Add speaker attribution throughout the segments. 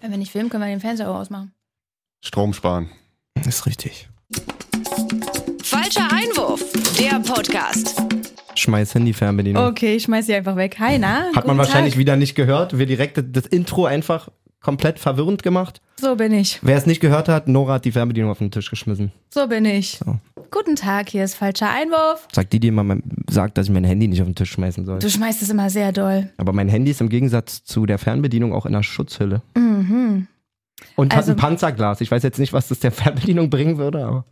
Speaker 1: Wenn ich filmen, können wir den Fernseher auch ausmachen.
Speaker 2: Strom sparen.
Speaker 3: Ist richtig.
Speaker 4: Falscher Einwurf, der Podcast.
Speaker 3: Schmeiß Handy-Fernbedienung.
Speaker 1: Okay, ich schmeiß sie einfach weg. Hi, na?
Speaker 3: Hat man
Speaker 1: Guten
Speaker 3: wahrscheinlich
Speaker 1: Tag.
Speaker 3: wieder nicht gehört. Wir direkt das Intro einfach komplett verwirrend gemacht.
Speaker 1: So bin ich.
Speaker 3: Wer es nicht gehört hat, Nora hat die Fernbedienung auf den Tisch geschmissen.
Speaker 1: So bin ich.
Speaker 3: So.
Speaker 1: Guten Tag, hier ist falscher Einwurf.
Speaker 3: Sagt die, die immer mein, sagt, dass ich mein Handy nicht auf den Tisch schmeißen soll.
Speaker 1: Du schmeißt es immer sehr doll.
Speaker 3: Aber mein Handy ist im Gegensatz zu der Fernbedienung auch in einer Schutzhülle.
Speaker 1: Mhm.
Speaker 3: Und
Speaker 1: Also-
Speaker 3: hat ein Panzerglas. Ich weiß jetzt nicht, was das der Fernbedienung bringen würde, aber.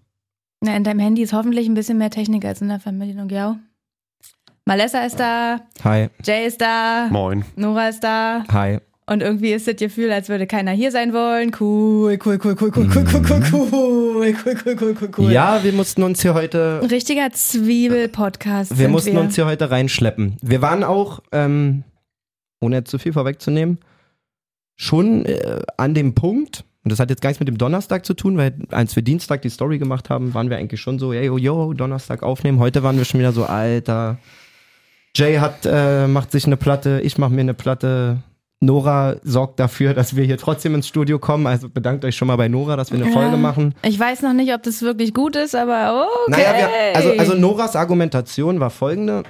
Speaker 1: Na, in deinem Handy ist hoffentlich ein bisschen mehr Technik als in der Fernbedienung, ja. Malessa ist da,
Speaker 3: Hi,
Speaker 1: Jay ist da,
Speaker 2: Moin.
Speaker 1: Nora ist da.
Speaker 3: hi.
Speaker 1: Und irgendwie ist das Gefühl, als würde keiner hier sein wollen. Cool, cool, cool, cool, cool, cool, cool, cool, cool, cool, cool, cool, cool, cool.
Speaker 3: Mhm. Ja, wir mussten uns hier heute.
Speaker 1: Ein richtiger Zwiebel-Podcast.
Speaker 3: Wir
Speaker 1: sind
Speaker 3: mussten
Speaker 1: wir.
Speaker 3: uns hier heute reinschleppen. Wir waren auch, ähm, ohne jetzt zu viel vorwegzunehmen, schon äh, an dem Punkt, und das hat jetzt gar nichts mit dem Donnerstag zu tun, weil als wir Dienstag die Story gemacht haben, waren wir eigentlich schon so, hey, yo, yo, Donnerstag aufnehmen. Heute waren wir schon wieder so, Alter. Jay hat, äh, macht sich eine Platte, ich mache mir eine Platte. Nora sorgt dafür, dass wir hier trotzdem ins Studio kommen. Also bedankt euch schon mal bei Nora, dass wir eine
Speaker 1: Ja.
Speaker 3: Folge machen.
Speaker 1: Ich weiß noch nicht, ob das wirklich gut ist, aber okay.
Speaker 3: Naja, wir, also, also Noras Argumentation war folgende.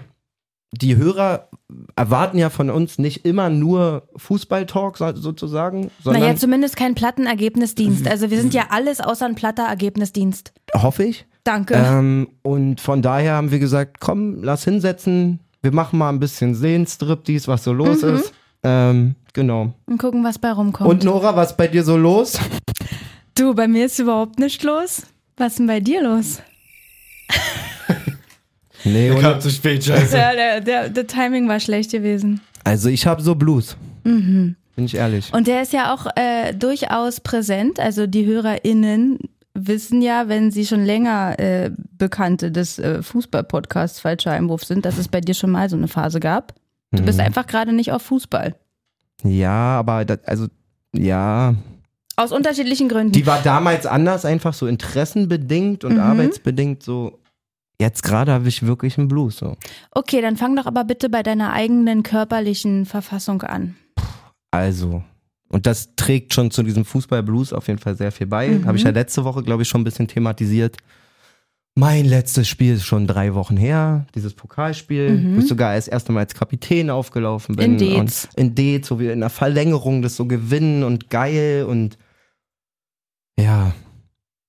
Speaker 3: Die Hörer erwarten ja von uns nicht immer nur Fußball-Talk so- sozusagen, sondern Mhm.
Speaker 1: naja, zumindest kein Plattenergebnisdienst. Also wir sind ja alles außer ein platter Ergebnisdienst.
Speaker 3: hoffe ich.
Speaker 1: Danke.
Speaker 3: Ähm, und von daher haben wir gesagt, komm, lass hinsetzen. Wir machen mal ein bisschen Sehenstrip, dies, was so los
Speaker 1: Mhm.
Speaker 3: ist. Ähm, genau.
Speaker 1: Und gucken, was bei rumkommt.
Speaker 3: Und Nora, was ist bei dir so los?
Speaker 1: du, bei mir ist überhaupt nichts los. Was ist denn bei dir los?
Speaker 3: Nee, ohne-
Speaker 2: zu spät, scheiße.
Speaker 1: Ja, der, der, der Timing war schlecht gewesen.
Speaker 3: also ich habe so Blues. Bin ich ehrlich.
Speaker 1: Mhm. Und der ist ja auch äh, durchaus präsent. Also die HörerInnen wissen ja, wenn sie schon länger äh, Bekannte des äh, Fußball-Podcasts Falscher Einwurf sind, dass es bei dir schon mal so eine Phase gab. Du bist
Speaker 3: Mhm.
Speaker 1: einfach gerade nicht auf Fußball.
Speaker 3: Ja, aber das, also ja,
Speaker 1: Aus unterschiedlichen Gründen.
Speaker 3: Die war damals anders, einfach so interessenbedingt und
Speaker 1: Mhm.
Speaker 3: arbeitsbedingt so. Jetzt gerade habe ich wirklich einen Blues. So.
Speaker 1: Okay, dann fang doch aber bitte bei deiner eigenen körperlichen Verfassung an.
Speaker 3: Also. Und das trägt schon zu diesem Fußball-Blues auf jeden Fall sehr viel bei.
Speaker 1: Mhm.
Speaker 3: Habe ich ja letzte Woche, glaube ich, schon ein bisschen thematisiert. Mein letztes Spiel ist schon drei Wochen her, dieses Pokalspiel,
Speaker 1: Mhm.
Speaker 3: wo ich sogar als erste Mal als Kapitän aufgelaufen bin.
Speaker 1: In Dez.
Speaker 3: Und in Dez, wo wir in der Verlängerung das so gewinnen und geil und ja.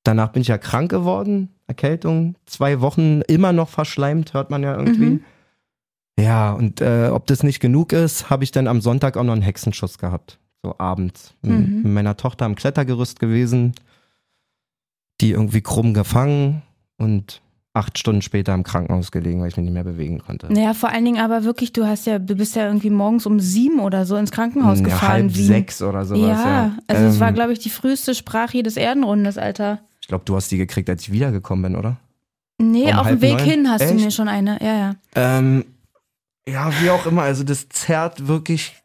Speaker 3: Danach bin ich ja krank geworden, Erkältung, zwei Wochen immer noch verschleimt, hört man ja irgendwie.
Speaker 1: Mhm.
Speaker 3: Ja, und äh, ob das nicht genug ist, habe ich dann am Sonntag auch noch einen Hexenschuss gehabt. So abends.
Speaker 1: Mhm.
Speaker 3: Mit meiner Tochter am Klettergerüst gewesen, die irgendwie krumm gefangen und acht Stunden später im Krankenhaus gelegen, weil ich mich nicht mehr bewegen konnte.
Speaker 1: Naja, vor allen Dingen aber wirklich, du hast ja, du bist ja irgendwie morgens um sieben oder so ins Krankenhaus
Speaker 3: Ja,
Speaker 1: gefahren.
Speaker 3: halb
Speaker 1: Wien.
Speaker 3: sechs oder sowas.
Speaker 1: ja,
Speaker 3: Ja,
Speaker 1: also es war,
Speaker 3: Ähm,
Speaker 1: glaube ich, die früheste Sprache jedes Erdenrundes, Alter.
Speaker 3: ich glaube, du hast die gekriegt, als ich wiedergekommen bin, oder?
Speaker 1: Nee,
Speaker 3: Um
Speaker 1: auf
Speaker 3: halb
Speaker 1: dem Weg
Speaker 3: neun?
Speaker 1: hin hast du
Speaker 3: Echt?
Speaker 1: mir schon eine. Ja, ja.
Speaker 3: Ähm, ja, wie auch immer. Also das zerrt wirklich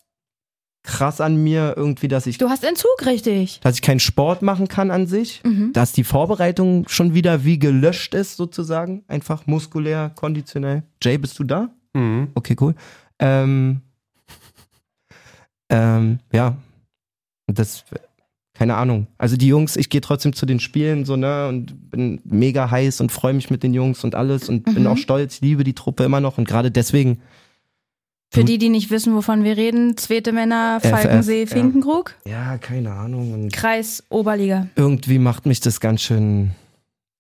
Speaker 3: krass an mir irgendwie, dass ich,
Speaker 1: Du hast Entzug, richtig.
Speaker 3: dass ich keinen Sport machen kann an sich.
Speaker 1: Mhm.
Speaker 3: Dass die Vorbereitung schon wieder wie gelöscht ist, sozusagen. Einfach muskulär, konditionell. Jay, bist du da?
Speaker 2: Mhm.
Speaker 3: Okay, cool. Ähm, ähm, ja. Und Das, keine Ahnung. Also die Jungs, ich gehe trotzdem zu den Spielen so, ne, und bin mega heiß und freue mich mit den Jungs und alles und bin
Speaker 1: Mhm.
Speaker 3: auch stolz, liebe die Truppe immer noch und gerade deswegen
Speaker 1: Für
Speaker 3: Du-
Speaker 1: die, die nicht wissen, wovon wir reden, Zwete Männer,
Speaker 3: FF,
Speaker 1: Falkensee,
Speaker 3: ja.
Speaker 1: Finkenkrug,
Speaker 3: Ja, keine Ahnung. Und
Speaker 1: Kreis Oberliga.
Speaker 3: irgendwie macht mich das ganz schön.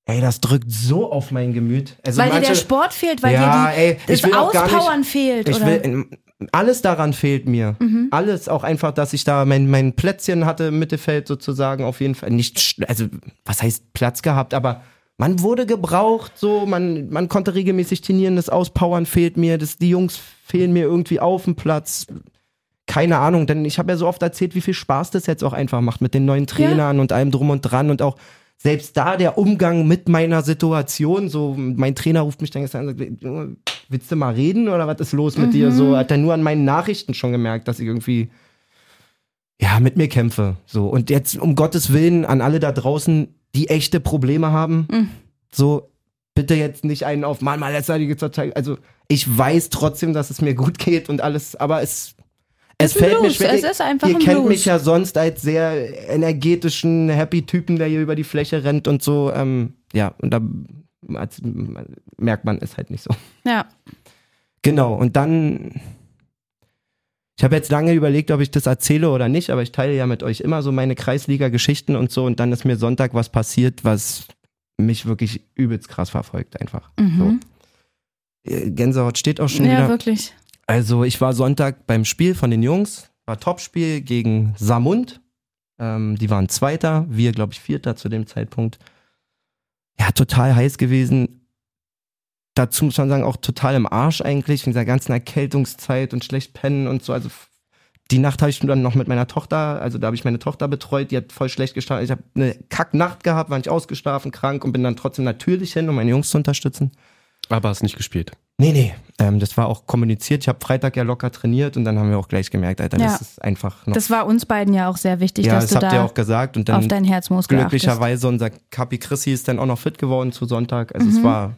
Speaker 3: Ey, das drückt so auf mein Gemüt. Also
Speaker 1: weil dir
Speaker 3: manche-
Speaker 1: der Sport fehlt, weil
Speaker 3: ja,
Speaker 1: dir
Speaker 3: ey,
Speaker 1: die,
Speaker 3: ich
Speaker 1: das
Speaker 3: will auch gar
Speaker 1: Auspowern
Speaker 3: nicht.
Speaker 1: fehlt.
Speaker 3: Ich
Speaker 1: oder? Mhm.
Speaker 3: will, alles daran fehlt mir. Alles, auch einfach, dass ich da mein, mein Plätzchen hatte im Mittelfeld sozusagen auf jeden Fall. Nicht, sch- also, was heißt Platz gehabt, aber man wurde gebraucht, so, man, man konnte regelmäßig trainieren, das Auspowern fehlt mir, das, die Jungs fehlen mir irgendwie auf dem Platz. Keine Ahnung, denn ich habe ja so oft erzählt, wie viel Spaß das jetzt auch einfach macht mit den neuen Trainern und allem drum und dran und auch selbst da der Umgang mit meiner Situation, so mein Trainer ruft mich dann gestern an und sagt, "Junge, willst du mal reden oder was ist los mit dir? So hat er nur an meinen Nachrichten schon gemerkt, dass ich irgendwie ja, mit mir kämpfe. So. Und jetzt, um Gottes Willen, an alle da draußen, die echte Probleme haben, so, bitte jetzt nicht einen auf Mann, mal letzteitige zu zeigen. Also, ich weiß trotzdem, dass es mir gut geht und alles, aber es, Es
Speaker 1: ist ein
Speaker 3: fällt mir
Speaker 1: Blues.
Speaker 3: schwer.
Speaker 1: Es ist einfach
Speaker 3: Ihr
Speaker 1: ein
Speaker 3: kennt
Speaker 1: Blues.
Speaker 3: mich ja sonst als sehr energetischen, happy Typen, der hier über die Fläche rennt und so. Ähm, ja, und da als, merkt man es halt nicht so.
Speaker 1: Ja.
Speaker 3: Genau, und dann. Ich habe jetzt lange überlegt, ob ich das erzähle oder nicht, aber ich teile ja mit euch immer so meine Kreisliga-Geschichten und so. Und dann ist mir Sonntag was passiert, was mich wirklich übelst krass verfolgt, einfach.
Speaker 1: Mhm.
Speaker 3: So. Äh, Gänsehaut steht auch schon wieder.
Speaker 1: Ja, wirklich.
Speaker 3: Also ich war Sonntag beim Spiel von den Jungs, war Topspiel gegen Samund. Ähm, die waren Zweiter, wir glaube ich Vierter zu dem Zeitpunkt. Ja, total heiß gewesen. Dazu muss man sagen, auch total im Arsch eigentlich, in dieser ganzen Erkältungszeit und schlecht pennen und so. Also f- die Nacht habe ich dann noch mit meiner Tochter, also da habe ich meine Tochter betreut, die hat voll schlecht geschlafen. Ich habe eine Kacknacht gehabt, war nicht ausgeschlafen, krank und bin dann trotzdem natürlich hin, um meine Jungs zu unterstützen.
Speaker 2: Aber hast nicht gespielt.
Speaker 3: Nee, nee. Ähm, das war auch kommuniziert. Ich habe Freitag ja locker trainiert und dann haben wir auch gleich gemerkt, Alter,
Speaker 1: Ja.
Speaker 3: das ist einfach noch.
Speaker 1: Das war uns beiden ja auch sehr wichtig,
Speaker 3: ja,
Speaker 1: dass
Speaker 3: das
Speaker 1: du
Speaker 3: habt ihr
Speaker 1: da
Speaker 3: auch gesagt. Und
Speaker 1: auf
Speaker 3: dann
Speaker 1: deinen Herzmuskel achtest.
Speaker 3: glücklicherweise unser Kapi Chrissy ist dann auch noch fit geworden zu Sonntag. Also
Speaker 1: Mhm.
Speaker 3: es war.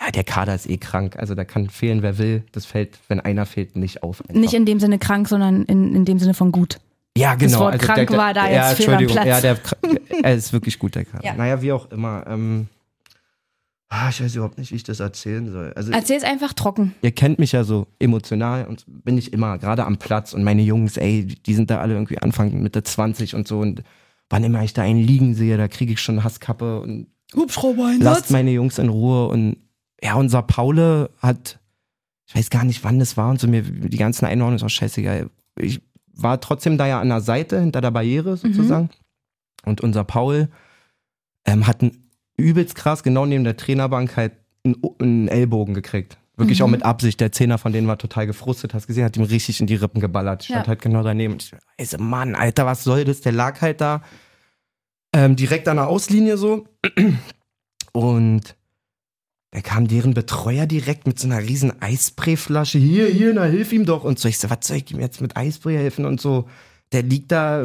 Speaker 3: Ja, der Kader ist eh krank. Also da kann fehlen, wer will. Das fällt, wenn einer fehlt, nicht auf. Einfach.
Speaker 1: Nicht in dem Sinne krank, sondern in, in dem Sinne von gut.
Speaker 3: Ja, genau.
Speaker 1: Wort krank war da
Speaker 3: ja,
Speaker 1: jetzt fehl am
Speaker 3: Entschuldigung.
Speaker 1: Platz.
Speaker 3: Ja, der, Kr- er ist wirklich gut, der Kader.
Speaker 1: Ja.
Speaker 3: Naja, wie auch immer. Ähm, ah, ich weiß überhaupt nicht, wie ich das erzählen soll. Also,
Speaker 1: Erzähl es einfach trocken.
Speaker 3: ihr kennt mich ja so emotional und bin ich immer, gerade am Platz und meine Jungs, ey, die sind da alle irgendwie Anfang, Mitte 20 und so und wann immer ich da einen liegen sehe, da kriege ich schon Hasskappe und lasst meine Jungs in Ruhe und ja, unser Paule hat, ich weiß gar nicht, wann das war und so mir die ganzen Einordnungen ist auch scheißegal. Ich war trotzdem da ja an der Seite, hinter der Barriere sozusagen und unser Paul ähm, hat einen übelst krass genau neben der Trainerbank halt einen, O- einen Ellbogen gekriegt. Wirklich auch mit Absicht. Der Zehner von denen war total gefrustet, hast gesehen, hat ihm richtig in die Rippen geballert. Stand
Speaker 1: Ja.
Speaker 3: halt genau daneben. Und Ich also Mann, Alter, was soll das? Der lag halt da ähm, direkt an der Auslinie so. Und da kam deren Betreuer direkt mit so einer riesen Eisprayflasche. Hier, hier, na, hilf ihm doch. Und so, ich so, was soll ich ihm jetzt mit Eispray helfen? Und so, der liegt da,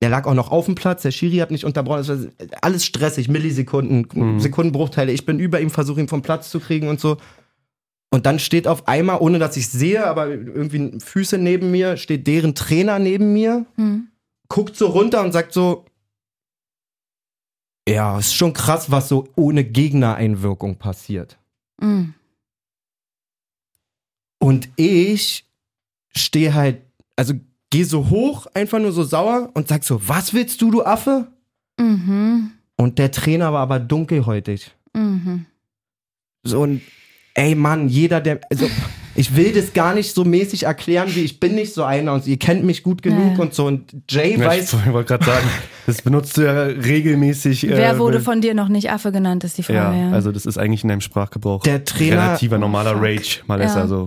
Speaker 3: der lag auch noch auf dem Platz, der Schiri hat nicht unterbrochen. Es war alles stressig, Millisekunden,
Speaker 2: Mhm.
Speaker 3: Sekundenbruchteile. Ich bin über ihm, versuche ihn vom Platz zu kriegen und so. Und dann steht auf einmal, ohne dass ich sehe, aber irgendwie Füße neben mir, steht deren Trainer neben mir,
Speaker 1: Hm.
Speaker 3: guckt so runter und sagt so, ja, ist schon krass, was so ohne Gegnereinwirkung passiert.
Speaker 1: Hm.
Speaker 3: Und ich stehe halt, also gehe so hoch, einfach nur so sauer und sag so, was willst du, du Affe?
Speaker 1: Mhm.
Speaker 3: Und der Trainer war aber dunkelhäutig.
Speaker 1: Mhm.
Speaker 3: So und ey Mann, jeder, der, also ich will das gar nicht so mäßig erklären, wie ich bin nicht so einer und ihr kennt mich gut genug
Speaker 1: Ja.
Speaker 3: und so und Jay
Speaker 2: Ja,
Speaker 3: weiß,
Speaker 2: ich wollte gerade sagen, das benutzt du ja regelmäßig. äh,
Speaker 1: Wer wurde
Speaker 2: wenn-
Speaker 1: von dir noch nicht Affe genannt, ist die Frage.
Speaker 2: Ja,
Speaker 1: Ja,
Speaker 2: also das ist eigentlich in deinem Sprachgebrauch
Speaker 3: Der Trainer- Oh,
Speaker 2: relativer normaler
Speaker 1: Fuck.
Speaker 2: Rage mal ist
Speaker 1: Ja.
Speaker 2: also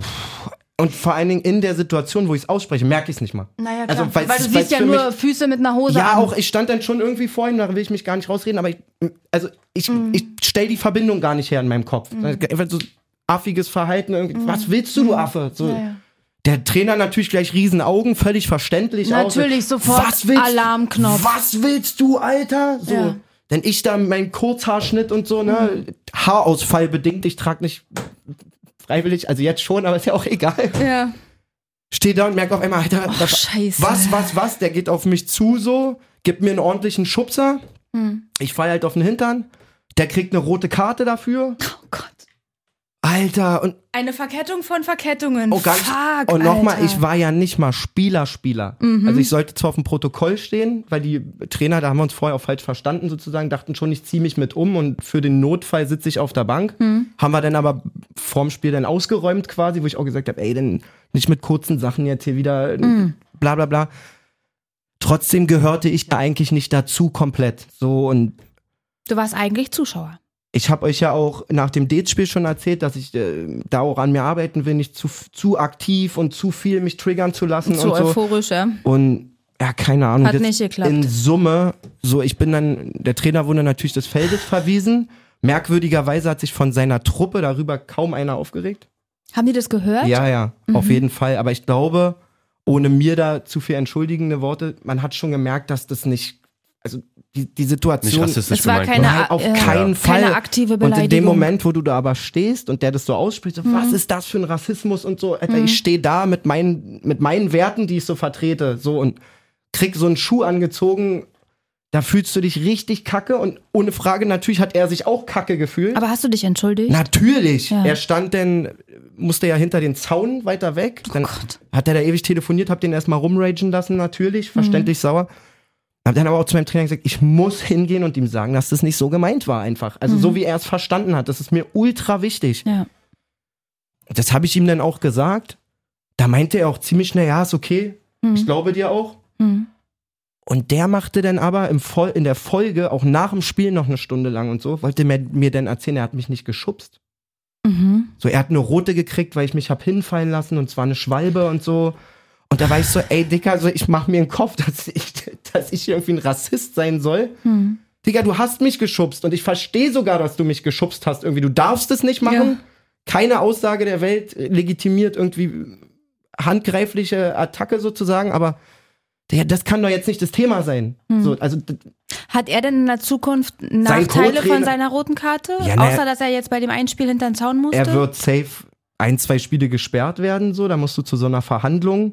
Speaker 3: und vor allen Dingen in der Situation, wo ich es ausspreche, merke ich es nicht mal.
Speaker 1: naja, klar.
Speaker 3: also,
Speaker 1: weil,
Speaker 3: weil's-
Speaker 1: du
Speaker 3: weil's
Speaker 1: siehst ja
Speaker 3: für
Speaker 1: nur
Speaker 3: mich-
Speaker 1: Füße mit einer Hose
Speaker 3: Ja,
Speaker 1: an.
Speaker 3: auch ich stand dann schon irgendwie vor ihm, da will ich mich gar nicht rausreden, aber ich, also ich,
Speaker 1: Mhm.
Speaker 3: ich stell die Verbindung gar nicht her in meinem Kopf. Einfach so affiges Verhalten, irgendwie, was willst du, du Affe? So,
Speaker 1: Mhm. Ja, ja.
Speaker 3: Der Trainer natürlich gleich riesen Augen, völlig verständlich. auch. So,
Speaker 1: Natürlich, sofort Alarmknopf.
Speaker 3: Was willst du, Alter? So.
Speaker 1: Ja. Mhm.
Speaker 3: Denn ich da mit meinem Kurzhaarschnitt und so, ne, Haarausfall bedingt, ich trage nicht freiwillig, also jetzt schon, aber ist ja auch egal.
Speaker 1: Ja.
Speaker 3: Steh da und merk auf einmal, Alter,
Speaker 1: Och,
Speaker 3: das-
Speaker 1: scheiße.
Speaker 3: was, was, was, der geht auf mich zu so, gibt mir einen ordentlichen Schubser. Ich falle halt auf den Hintern. Der kriegt eine rote Karte dafür.
Speaker 1: Oh Gott.
Speaker 3: Alter, und,
Speaker 1: Eine Verkettung von Verkettungen.
Speaker 3: oh, gar nicht-
Speaker 1: Fuck,
Speaker 3: und nochmal,
Speaker 1: Alter. Mhm.
Speaker 3: ich war ja nicht mal Spieler, Spieler. Also ich sollte zwar auf dem Protokoll stehen, weil die Trainer, da haben wir uns vorher auch falsch verstanden sozusagen, dachten schon, ich ziehe mich mit um und für den Notfall sitze ich auf der Bank.
Speaker 1: Mhm.
Speaker 3: Haben wir dann aber vorm Spiel dann ausgeräumt quasi, wo ich auch gesagt habe, ey, dann nicht mit kurzen Sachen jetzt hier wieder
Speaker 1: Mhm.
Speaker 3: bla bla bla. Trotzdem gehörte ich da eigentlich nicht dazu komplett. So und
Speaker 1: Du warst eigentlich Zuschauer.
Speaker 3: ich habe euch ja auch nach dem Dates-Spiel schon erzählt, dass ich äh, da auch an mir arbeiten will, nicht zu, zu aktiv und zu viel mich triggern zu lassen
Speaker 1: Zu
Speaker 3: und so.
Speaker 1: euphorisch, ja.
Speaker 3: Und ja, keine Ahnung.
Speaker 1: Hat
Speaker 3: das
Speaker 1: nicht geklappt.
Speaker 3: In Summe, so ich bin dann, der Trainer wurde natürlich des Feldes verwiesen. Merkwürdigerweise hat sich von seiner Truppe darüber kaum einer aufgeregt.
Speaker 1: Haben die das gehört?
Speaker 3: Ja, ja,
Speaker 1: Mhm.
Speaker 3: auf jeden Fall. Aber ich glaube, ohne mir da zu viel entschuldigende Worte, man hat schon gemerkt, dass das nicht, also die, die Situation.
Speaker 2: Nicht rassistisch
Speaker 1: Es war
Speaker 2: gemeint,
Speaker 1: keine
Speaker 2: ne?
Speaker 3: Nein, auf
Speaker 1: äh, keine
Speaker 3: keinen Fall.
Speaker 1: aktive
Speaker 3: Und in dem
Speaker 1: Beleidigung. Mhm.
Speaker 3: Moment, wo du da aber stehst und der das so ausspricht, so, was ist das für ein Rassismus und so, Alter, ich stehe da mit meinen, mit meinen Werten, die ich so vertrete, so und krieg so einen Schuh angezogen, da fühlst du dich richtig kacke und ohne Frage, natürlich hat er sich auch kacke gefühlt.
Speaker 1: Aber hast du dich entschuldigt?
Speaker 3: Natürlich.
Speaker 1: Ja.
Speaker 3: Er stand denn, musste ja hinter den Zaun weiter weg.
Speaker 1: Oh
Speaker 3: Dann hat er da ewig telefoniert, hab den erstmal rumragen lassen, natürlich, verständlich sauer. Hab dann aber auch zu meinem Trainer gesagt, ich muss hingehen und ihm sagen, dass das nicht so gemeint war einfach. Also so wie er es verstanden hat, das ist mir ultra wichtig.
Speaker 1: Ja.
Speaker 3: Das habe ich ihm dann auch gesagt. Da meinte er auch ziemlich schnell, ja, ist okay. Ich glaube dir auch.
Speaker 1: Hm.
Speaker 3: Und der machte dann aber im Vol in der Folge, auch nach dem Spiel noch eine Stunde lang und so, wollte mir, mir dann erzählen, er hat mich nicht geschubst.
Speaker 1: Mhm.
Speaker 3: So, er hat eine rote gekriegt, weil ich mich hab hinfallen lassen und zwar eine Schwalbe und so. Und da war ich so, ey, Dicker, also ich mach mir einen Kopf, dass ich, dass ich irgendwie ein Rassist sein soll.
Speaker 1: Hm.
Speaker 3: Digga, du hast mich geschubst und ich verstehe sogar, dass du mich geschubst hast irgendwie. Du darfst es nicht machen.
Speaker 1: Ja.
Speaker 3: Keine Aussage der Welt legitimiert irgendwie handgreifliche Attacke sozusagen, aber Digga, das kann doch jetzt nicht das Thema sein.
Speaker 1: Hm.
Speaker 3: So, also d-
Speaker 1: Hat er denn in der Zukunft Nachteile
Speaker 3: Co-Trainer-
Speaker 1: von seiner roten Karte?
Speaker 3: Ja, na-
Speaker 1: Außer, dass er jetzt bei dem einen Spiel hinter den Zaun musste?
Speaker 3: Er wird safe ein, zwei Spiele gesperrt werden, so. Da musst du zu so einer Verhandlung.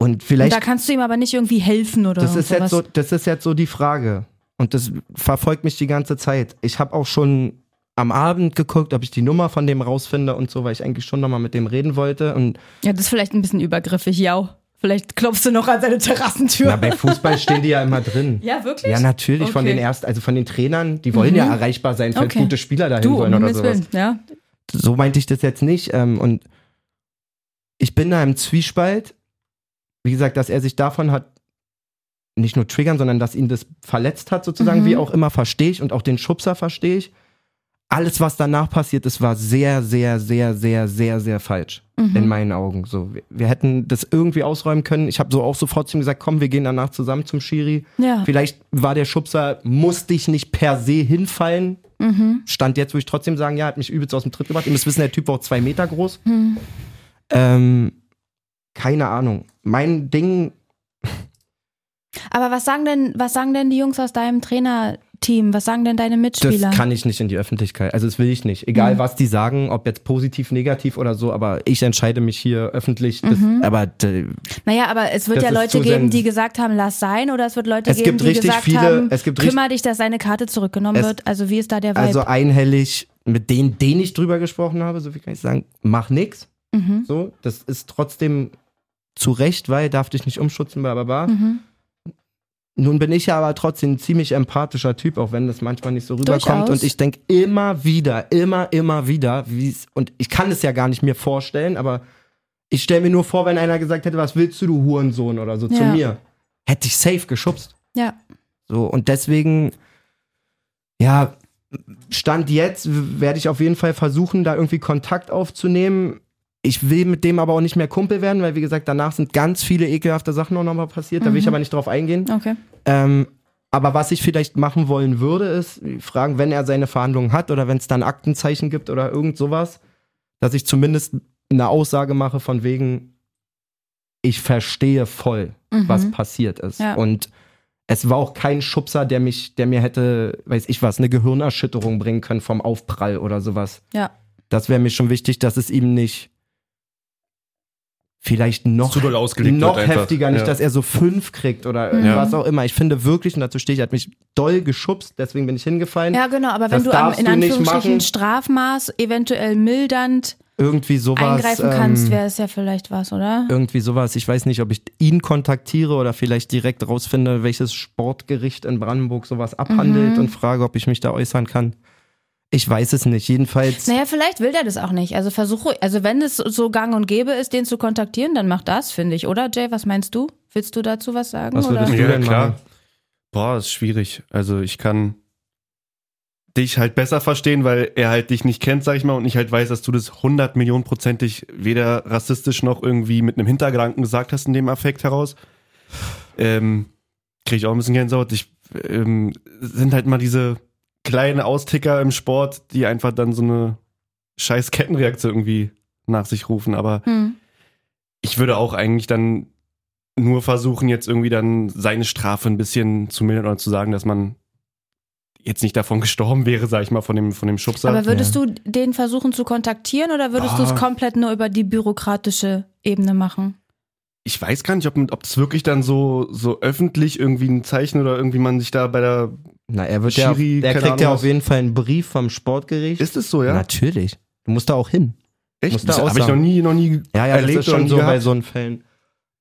Speaker 3: Und
Speaker 1: Und
Speaker 3: vielleicht.
Speaker 1: da kannst du ihm aber nicht irgendwie helfen oder
Speaker 3: das, ist jetzt
Speaker 1: sowas.
Speaker 3: so, das ist jetzt so die Frage. Und das verfolgt mich die ganze Zeit. Ich habe auch schon am Abend geguckt, ob ich die Nummer von dem rausfinde und so, weil ich eigentlich schon nochmal mit dem reden wollte. Und
Speaker 1: Ja, das ist vielleicht ein bisschen übergriffig, ja. Vielleicht klopfst du noch an seine Terrassentür.
Speaker 3: na, bei Fußball stehen die ja immer drin.
Speaker 1: ja, wirklich?
Speaker 3: Ja, natürlich, von
Speaker 1: Okay. Mhm.
Speaker 3: den erst, also von den Trainern, die wollen ja erreichbar sein, falls
Speaker 1: Okay.
Speaker 3: gute Spieler dahin
Speaker 1: Du,
Speaker 3: wollen
Speaker 1: um
Speaker 3: oder
Speaker 1: Himmels
Speaker 3: sowas.
Speaker 1: Willen, ja.
Speaker 3: so meinte ich das jetzt nicht. Ähm, und ich bin da im Zwiespalt. Wie gesagt, dass er sich davon hat nicht nur triggern, sondern dass ihn das verletzt hat, sozusagen,
Speaker 1: Mhm.
Speaker 3: wie auch immer, verstehe ich und auch den Schubser verstehe ich. Alles, was danach passiert ist, war sehr, sehr, sehr, sehr, sehr, sehr falsch. In meinen Augen. So, wir, wir hätten das irgendwie ausräumen können. Ich habe so auch sofort zu ihm gesagt, komm, wir gehen danach zusammen zum Schiri.
Speaker 1: Ja.
Speaker 3: Vielleicht war der Schubser, musste ich nicht per se hinfallen,
Speaker 1: Mhm.
Speaker 3: Stand jetzt würde ich trotzdem sagen, ja, hat mich übelst aus dem Tritt gebracht. Ihr müsst wissen, der Typ war auch zwei Meter groß. Ähm, keine Ahnung. Mein Ding,
Speaker 1: Aber was sagen denn, was sagen denn die Jungs aus deinem Trainerteam? Was sagen denn deine
Speaker 3: das
Speaker 1: Mitspieler?
Speaker 3: kann ich nicht in die Öffentlichkeit. Also das will ich nicht. Egal, was die sagen, ob jetzt positiv, negativ oder so, aber ich entscheide mich hier öffentlich. Das, Aber äh, d-
Speaker 1: naja, aber es wird
Speaker 3: Das
Speaker 1: ja
Speaker 3: ist
Speaker 1: Leute
Speaker 3: zu
Speaker 1: geben,
Speaker 3: sens-
Speaker 1: die gesagt haben, lass sein, oder es wird Leute
Speaker 3: Es
Speaker 1: geben,
Speaker 3: gibt
Speaker 1: die
Speaker 3: richtig
Speaker 1: gesagt
Speaker 3: viele-
Speaker 1: haben,
Speaker 3: es gibt richtig-
Speaker 1: kümmer dich, dass deine Karte zurückgenommen
Speaker 3: Es-
Speaker 1: wird. Also wie ist da der Vibe?
Speaker 3: also einhellig, mit denen, denen ich drüber gesprochen habe, so viel kann ich sagen, mach nix.
Speaker 1: mhm.
Speaker 3: So, das ist trotzdem zu Recht, weil darf dich nicht umschutzen, bla bla bla.
Speaker 1: Mhm.
Speaker 3: Nun bin ich ja aber trotzdem ein ziemlich empathischer Typ, auch wenn das manchmal nicht so rüberkommt.
Speaker 1: Durchaus.
Speaker 3: Und ich denke immer wieder, immer, immer wieder, wie's, und ich kann es ja gar nicht mir vorstellen, aber ich stelle mir nur vor, wenn einer gesagt hätte, was willst du, du Hurensohn oder so zu
Speaker 1: Ja.
Speaker 3: mir, hätte ich safe geschubst.
Speaker 1: Ja.
Speaker 3: So, und deswegen, ja, Stand jetzt w- werde ich auf jeden Fall versuchen, da irgendwie Kontakt aufzunehmen. Ich will mit dem aber auch nicht mehr Kumpel werden, weil wie gesagt, danach sind ganz viele ekelhafte Sachen auch nochmal passiert. Da will ich
Speaker 1: Mhm.
Speaker 3: aber nicht drauf eingehen.
Speaker 1: Okay.
Speaker 3: Ähm, aber was ich vielleicht machen wollen würde, ist fragen, wenn er seine Verhandlungen hat oder wenn es dann Aktenzeichen gibt oder irgend sowas, dass ich zumindest eine Aussage mache von wegen, ich verstehe voll,
Speaker 1: Mhm.
Speaker 3: was passiert ist.
Speaker 1: Ja.
Speaker 3: Und es war auch kein Schubser, der mich, der mir hätte, weiß ich was, eine Gehirnerschütterung bringen können vom Aufprall oder sowas.
Speaker 1: Ja.
Speaker 3: Das wäre mir schon wichtig, dass es ihm nicht vielleicht noch
Speaker 2: Zu doll ausgelegt
Speaker 3: noch
Speaker 2: wird einfach.
Speaker 3: heftiger, nicht,
Speaker 2: Ja.
Speaker 3: dass er so fünf kriegt oder
Speaker 1: Mhm.
Speaker 3: was auch immer. Ich finde wirklich, und dazu stehe ich, er hat mich doll geschubst, deswegen bin ich hingefallen.
Speaker 1: Ja, genau, aber wenn
Speaker 3: Das
Speaker 1: du am,
Speaker 3: darfst
Speaker 1: in
Speaker 3: du nicht
Speaker 1: Anführungsstrichen
Speaker 3: machen.
Speaker 1: Strafmaß eventuell mildernd
Speaker 3: Irgendwie sowas.
Speaker 1: eingreifen
Speaker 3: ähm,
Speaker 1: kannst, wäre es ja vielleicht was, oder?
Speaker 3: irgendwie sowas. Ich weiß nicht, ob ich ihn kontaktiere oder vielleicht direkt rausfinde, welches Sportgericht in Brandenburg sowas abhandelt
Speaker 1: Mhm.
Speaker 3: und frage, ob ich mich da äußern kann. Ich weiß es nicht. Jedenfalls.
Speaker 1: Naja, vielleicht will der das auch nicht. Also versuche, also wenn es so gang und gäbe ist, den zu kontaktieren, dann mach das, finde ich, oder Jay? Was meinst du? Willst du dazu was sagen?
Speaker 3: Was
Speaker 1: oder?
Speaker 3: würdest du
Speaker 2: Ja,
Speaker 3: denn
Speaker 2: klar.
Speaker 3: machen?
Speaker 2: Boah, ist schwierig. Also ich kann dich halt besser verstehen, weil er halt dich nicht kennt, sag ich mal, und ich halt weiß, dass du das 100 Millionen prozentig weder rassistisch noch irgendwie mit einem Hintergedanken gesagt hast in dem Affekt heraus. Ähm, kriege ich auch ein bisschen Gänsehaut. Ich ähm, sind halt mal diese kleinen Austicker im Sport, die einfach dann so eine scheiß Kettenreaktion irgendwie nach sich rufen. Aber
Speaker 1: Hm.
Speaker 2: ich würde auch eigentlich dann nur versuchen, jetzt irgendwie dann seine Strafe ein bisschen zu mildern oder zu sagen, dass man jetzt nicht davon gestorben wäre, sag ich mal, von dem, von dem Schubser.
Speaker 1: Aber würdest du den versuchen zu kontaktieren oder würdest du es
Speaker 2: Ah.
Speaker 1: komplett nur über die bürokratische Ebene machen?
Speaker 2: ich weiß gar nicht, ob, ob das wirklich dann so, so öffentlich irgendwie ein Zeichen oder irgendwie man sich da bei der.
Speaker 3: Na, er wird
Speaker 2: Schiri,
Speaker 3: ja, er
Speaker 2: keine
Speaker 3: kriegt ja
Speaker 2: Ahnung,
Speaker 3: auf
Speaker 2: was-
Speaker 3: jeden Fall einen Brief vom Sportgericht.
Speaker 2: Ist es so, ja?
Speaker 3: Natürlich. Du musst da auch hin. muss da
Speaker 2: Das habe ich noch
Speaker 3: aussagen.
Speaker 2: nie, noch nie
Speaker 3: Ja, ja,
Speaker 2: erlebt
Speaker 3: das ist schon
Speaker 2: nie
Speaker 3: so
Speaker 2: gehabt.
Speaker 3: bei so einen Fällen.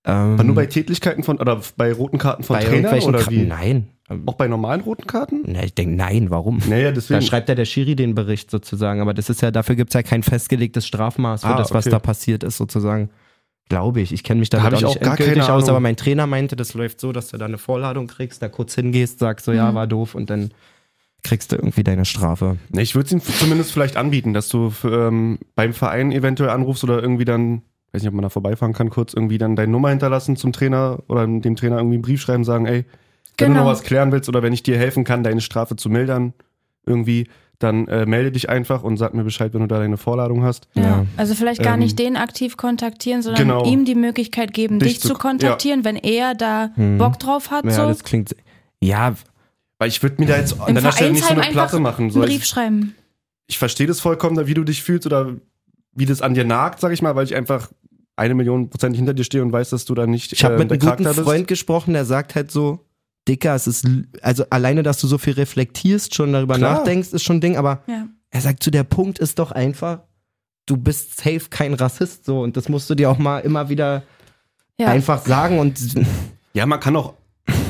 Speaker 3: Ähm,
Speaker 2: Aber nur bei Tätlichkeiten von oder bei roten Karten von
Speaker 3: bei
Speaker 2: Trainern
Speaker 3: irgendwelchen
Speaker 2: oder
Speaker 3: Ka-
Speaker 2: wie?
Speaker 3: Nein.
Speaker 2: Auch bei normalen roten Karten?
Speaker 3: Na, ich denke, nein, warum?
Speaker 2: Naja,
Speaker 3: Hm. Da
Speaker 2: deswegen.
Speaker 3: schreibt ja der Schiri den Bericht sozusagen, aber das ist ja, dafür gibt es ja kein festgelegtes Strafmaß für
Speaker 2: Ah,
Speaker 3: das, was
Speaker 2: okay.
Speaker 3: da passiert ist, sozusagen. Glaube ich. Ich kenne mich da
Speaker 2: hab
Speaker 3: auch
Speaker 2: ich
Speaker 3: nicht
Speaker 2: auch gar
Speaker 3: endgültig
Speaker 2: keine
Speaker 3: aus,
Speaker 2: Ahnung.
Speaker 3: aber mein Trainer meinte, das läuft so, dass du da eine Vorladung kriegst, da kurz hingehst, sagst so, ja, war doof und dann kriegst du irgendwie deine Strafe.
Speaker 2: Nee, Ne, ich würde es ihm zumindest vielleicht anbieten, dass du für, ähm, beim Verein eventuell anrufst oder irgendwie dann, weiß nicht, ob man da vorbeifahren kann, kurz irgendwie dann deine Nummer hinterlassen zum Trainer oder dem Trainer irgendwie einen Brief schreiben, sagen, ey, wenn du
Speaker 1: Genau.
Speaker 2: noch was klären willst oder wenn ich dir helfen kann, deine Strafe zu mildern, irgendwie, dann äh, melde dich einfach und sag mir Bescheid, wenn du da deine Vorladung hast.
Speaker 1: Ja.
Speaker 3: Ja.
Speaker 1: Also vielleicht gar
Speaker 2: Ähm,
Speaker 1: nicht den aktiv kontaktieren, sondern
Speaker 2: genau.
Speaker 1: ihm die Möglichkeit geben, dich,
Speaker 2: Dich
Speaker 1: zu
Speaker 2: zu-
Speaker 1: kontaktieren, wenn er da Bock drauf hat.
Speaker 3: Ja,
Speaker 1: so.
Speaker 3: das klingt. Ja,
Speaker 2: Weil ich würde mir da jetzt an
Speaker 1: Im
Speaker 2: deiner Stelle nicht so
Speaker 1: Vereinsheim
Speaker 2: eine
Speaker 1: einfach
Speaker 2: Platte machen. So,
Speaker 1: einen
Speaker 2: ich
Speaker 1: Brief schreiben.
Speaker 2: ich verstehe das vollkommen, wie du dich fühlst oder wie das an dir nagt, sag ich mal, weil ich einfach eine Million Prozent hinter dir stehe und weiß, dass du da nicht
Speaker 3: Ich habe
Speaker 2: äh,
Speaker 3: mit
Speaker 2: der
Speaker 3: einem guten
Speaker 2: Charakter bist.
Speaker 3: Freund gesprochen, der sagt halt so, Dicker, es ist, l- also alleine, dass du so viel reflektierst, schon darüber
Speaker 2: Klar.
Speaker 3: nachdenkst, ist schon ein Ding, aber
Speaker 1: Ja.
Speaker 3: er sagt zu, der Punkt ist doch einfach, du bist safe kein Rassist, so, und das musst du dir auch mal immer wieder
Speaker 1: Ja.
Speaker 3: einfach sagen und
Speaker 2: Ja, man kann auch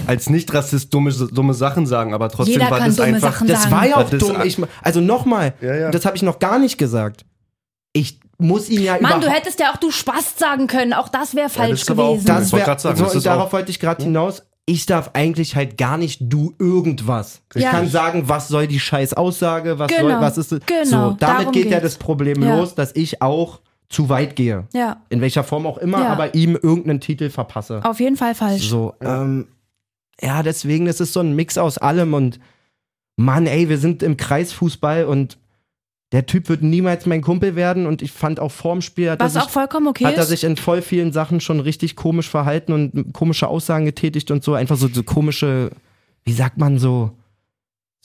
Speaker 2: als Nicht-Rassist dumme, dumme Sachen sagen, aber trotzdem
Speaker 1: Jeder
Speaker 2: war
Speaker 1: kann
Speaker 2: das
Speaker 1: dumme
Speaker 2: einfach.
Speaker 1: Sachen
Speaker 3: das
Speaker 1: sagen.
Speaker 3: war ja auch
Speaker 2: Das ist
Speaker 3: dumm.
Speaker 2: a-
Speaker 3: Ich, also nochmal,
Speaker 2: Ja, ja.
Speaker 3: das habe ich noch gar nicht gesagt. Ich muss ihn ja
Speaker 1: Mann,
Speaker 3: überhaupt-
Speaker 1: du hättest ja auch du Spaß sagen können. Auch das wäre falsch
Speaker 2: ist aber auch
Speaker 1: gewesen.
Speaker 2: Ja,
Speaker 3: das
Speaker 2: ich wollt
Speaker 3: wär,
Speaker 2: grad sagen,
Speaker 3: so,
Speaker 2: das
Speaker 3: und
Speaker 2: ist
Speaker 3: darauf
Speaker 2: auch- Hm?
Speaker 3: wollte ich gerade hinaus. Ich darf eigentlich halt gar nicht du irgendwas. Ich
Speaker 1: Ja.
Speaker 3: kann sagen, was soll die scheiß Aussage, was
Speaker 1: Genau,
Speaker 3: soll, was ist
Speaker 1: genau,
Speaker 3: so. Damit
Speaker 1: darum
Speaker 3: geht ja
Speaker 1: geht's.
Speaker 3: das Problem
Speaker 1: Ja.
Speaker 3: los, dass ich auch zu weit gehe.
Speaker 1: ja,
Speaker 3: In welcher Form auch immer,
Speaker 1: Ja.
Speaker 3: aber ihm irgendeinen Titel verpasse.
Speaker 1: auf jeden Fall falsch.
Speaker 3: So, ähm, ja, deswegen, das ist so ein Mix aus allem und Mann, ey, wir sind im Kreisfußball und der Typ wird niemals mein Kumpel werden und ich fand auch vorm Spiel, hat er
Speaker 1: Was
Speaker 3: sich-
Speaker 1: auch vollkommen okay
Speaker 3: hat er
Speaker 1: ist.
Speaker 3: sich in voll vielen Sachen schon richtig komisch verhalten und komische Aussagen getätigt und so. Einfach so, so komische, wie sagt man so,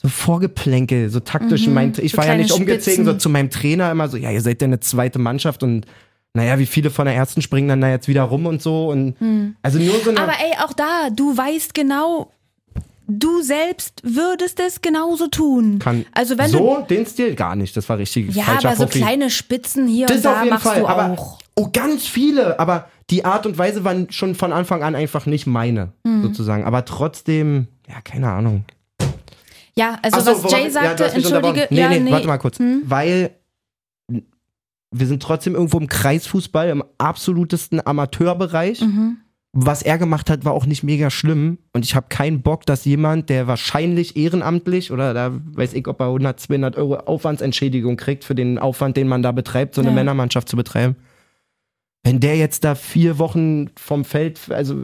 Speaker 3: so Vorgeplänkel, so taktisch.
Speaker 1: Mhm,
Speaker 3: Mein, ich
Speaker 1: so
Speaker 3: war ja
Speaker 1: kleine
Speaker 3: nicht umgezogen,
Speaker 1: Spitzen.
Speaker 3: so zu meinem Trainer immer so, ja, ihr seid ja eine zweite Mannschaft und naja, wie viele von der ersten springen dann da jetzt wieder rum und so. Und also nur so eine.
Speaker 1: Mhm. Aber ey, auch da, du weißt genau, du selbst würdest es genauso tun.
Speaker 3: kann
Speaker 1: also wenn
Speaker 3: so den Stil gar nicht. Das war richtig
Speaker 1: du ja,
Speaker 3: falscher
Speaker 1: aber so
Speaker 3: Profi.
Speaker 1: kleine Spitzen hier
Speaker 3: Das
Speaker 1: und da
Speaker 3: auf jeden
Speaker 1: machst
Speaker 3: Fall.
Speaker 1: du
Speaker 3: Aber
Speaker 1: auch.
Speaker 3: oh, ganz viele. Aber die Art und Weise waren schon von Anfang an einfach nicht meine,
Speaker 1: Mhm.
Speaker 3: sozusagen. Aber trotzdem, ja, keine Ahnung.
Speaker 1: Ja, also
Speaker 3: Ach so,
Speaker 1: was
Speaker 3: wobei-
Speaker 1: Jay
Speaker 3: ja, du
Speaker 1: sagte,
Speaker 3: hast mich
Speaker 1: entschuldige,
Speaker 3: unterbrochen. Nee,
Speaker 1: ja,
Speaker 3: nee, warte mal kurz.
Speaker 1: Hm?
Speaker 3: Weil wir sind trotzdem irgendwo im Kreisfußball, im absolutesten Amateurbereich.
Speaker 1: Mhm,
Speaker 3: Was er gemacht hat, war auch nicht mega schlimm. Und ich habe keinen Bock, dass jemand, der wahrscheinlich ehrenamtlich oder da weiß ich, ob er 100, 200 Euro Aufwandsentschädigung kriegt für den Aufwand, den man da betreibt, so eine
Speaker 1: Ja.
Speaker 3: Männermannschaft zu betreiben. Wenn der jetzt da vier Wochen vom Feld, also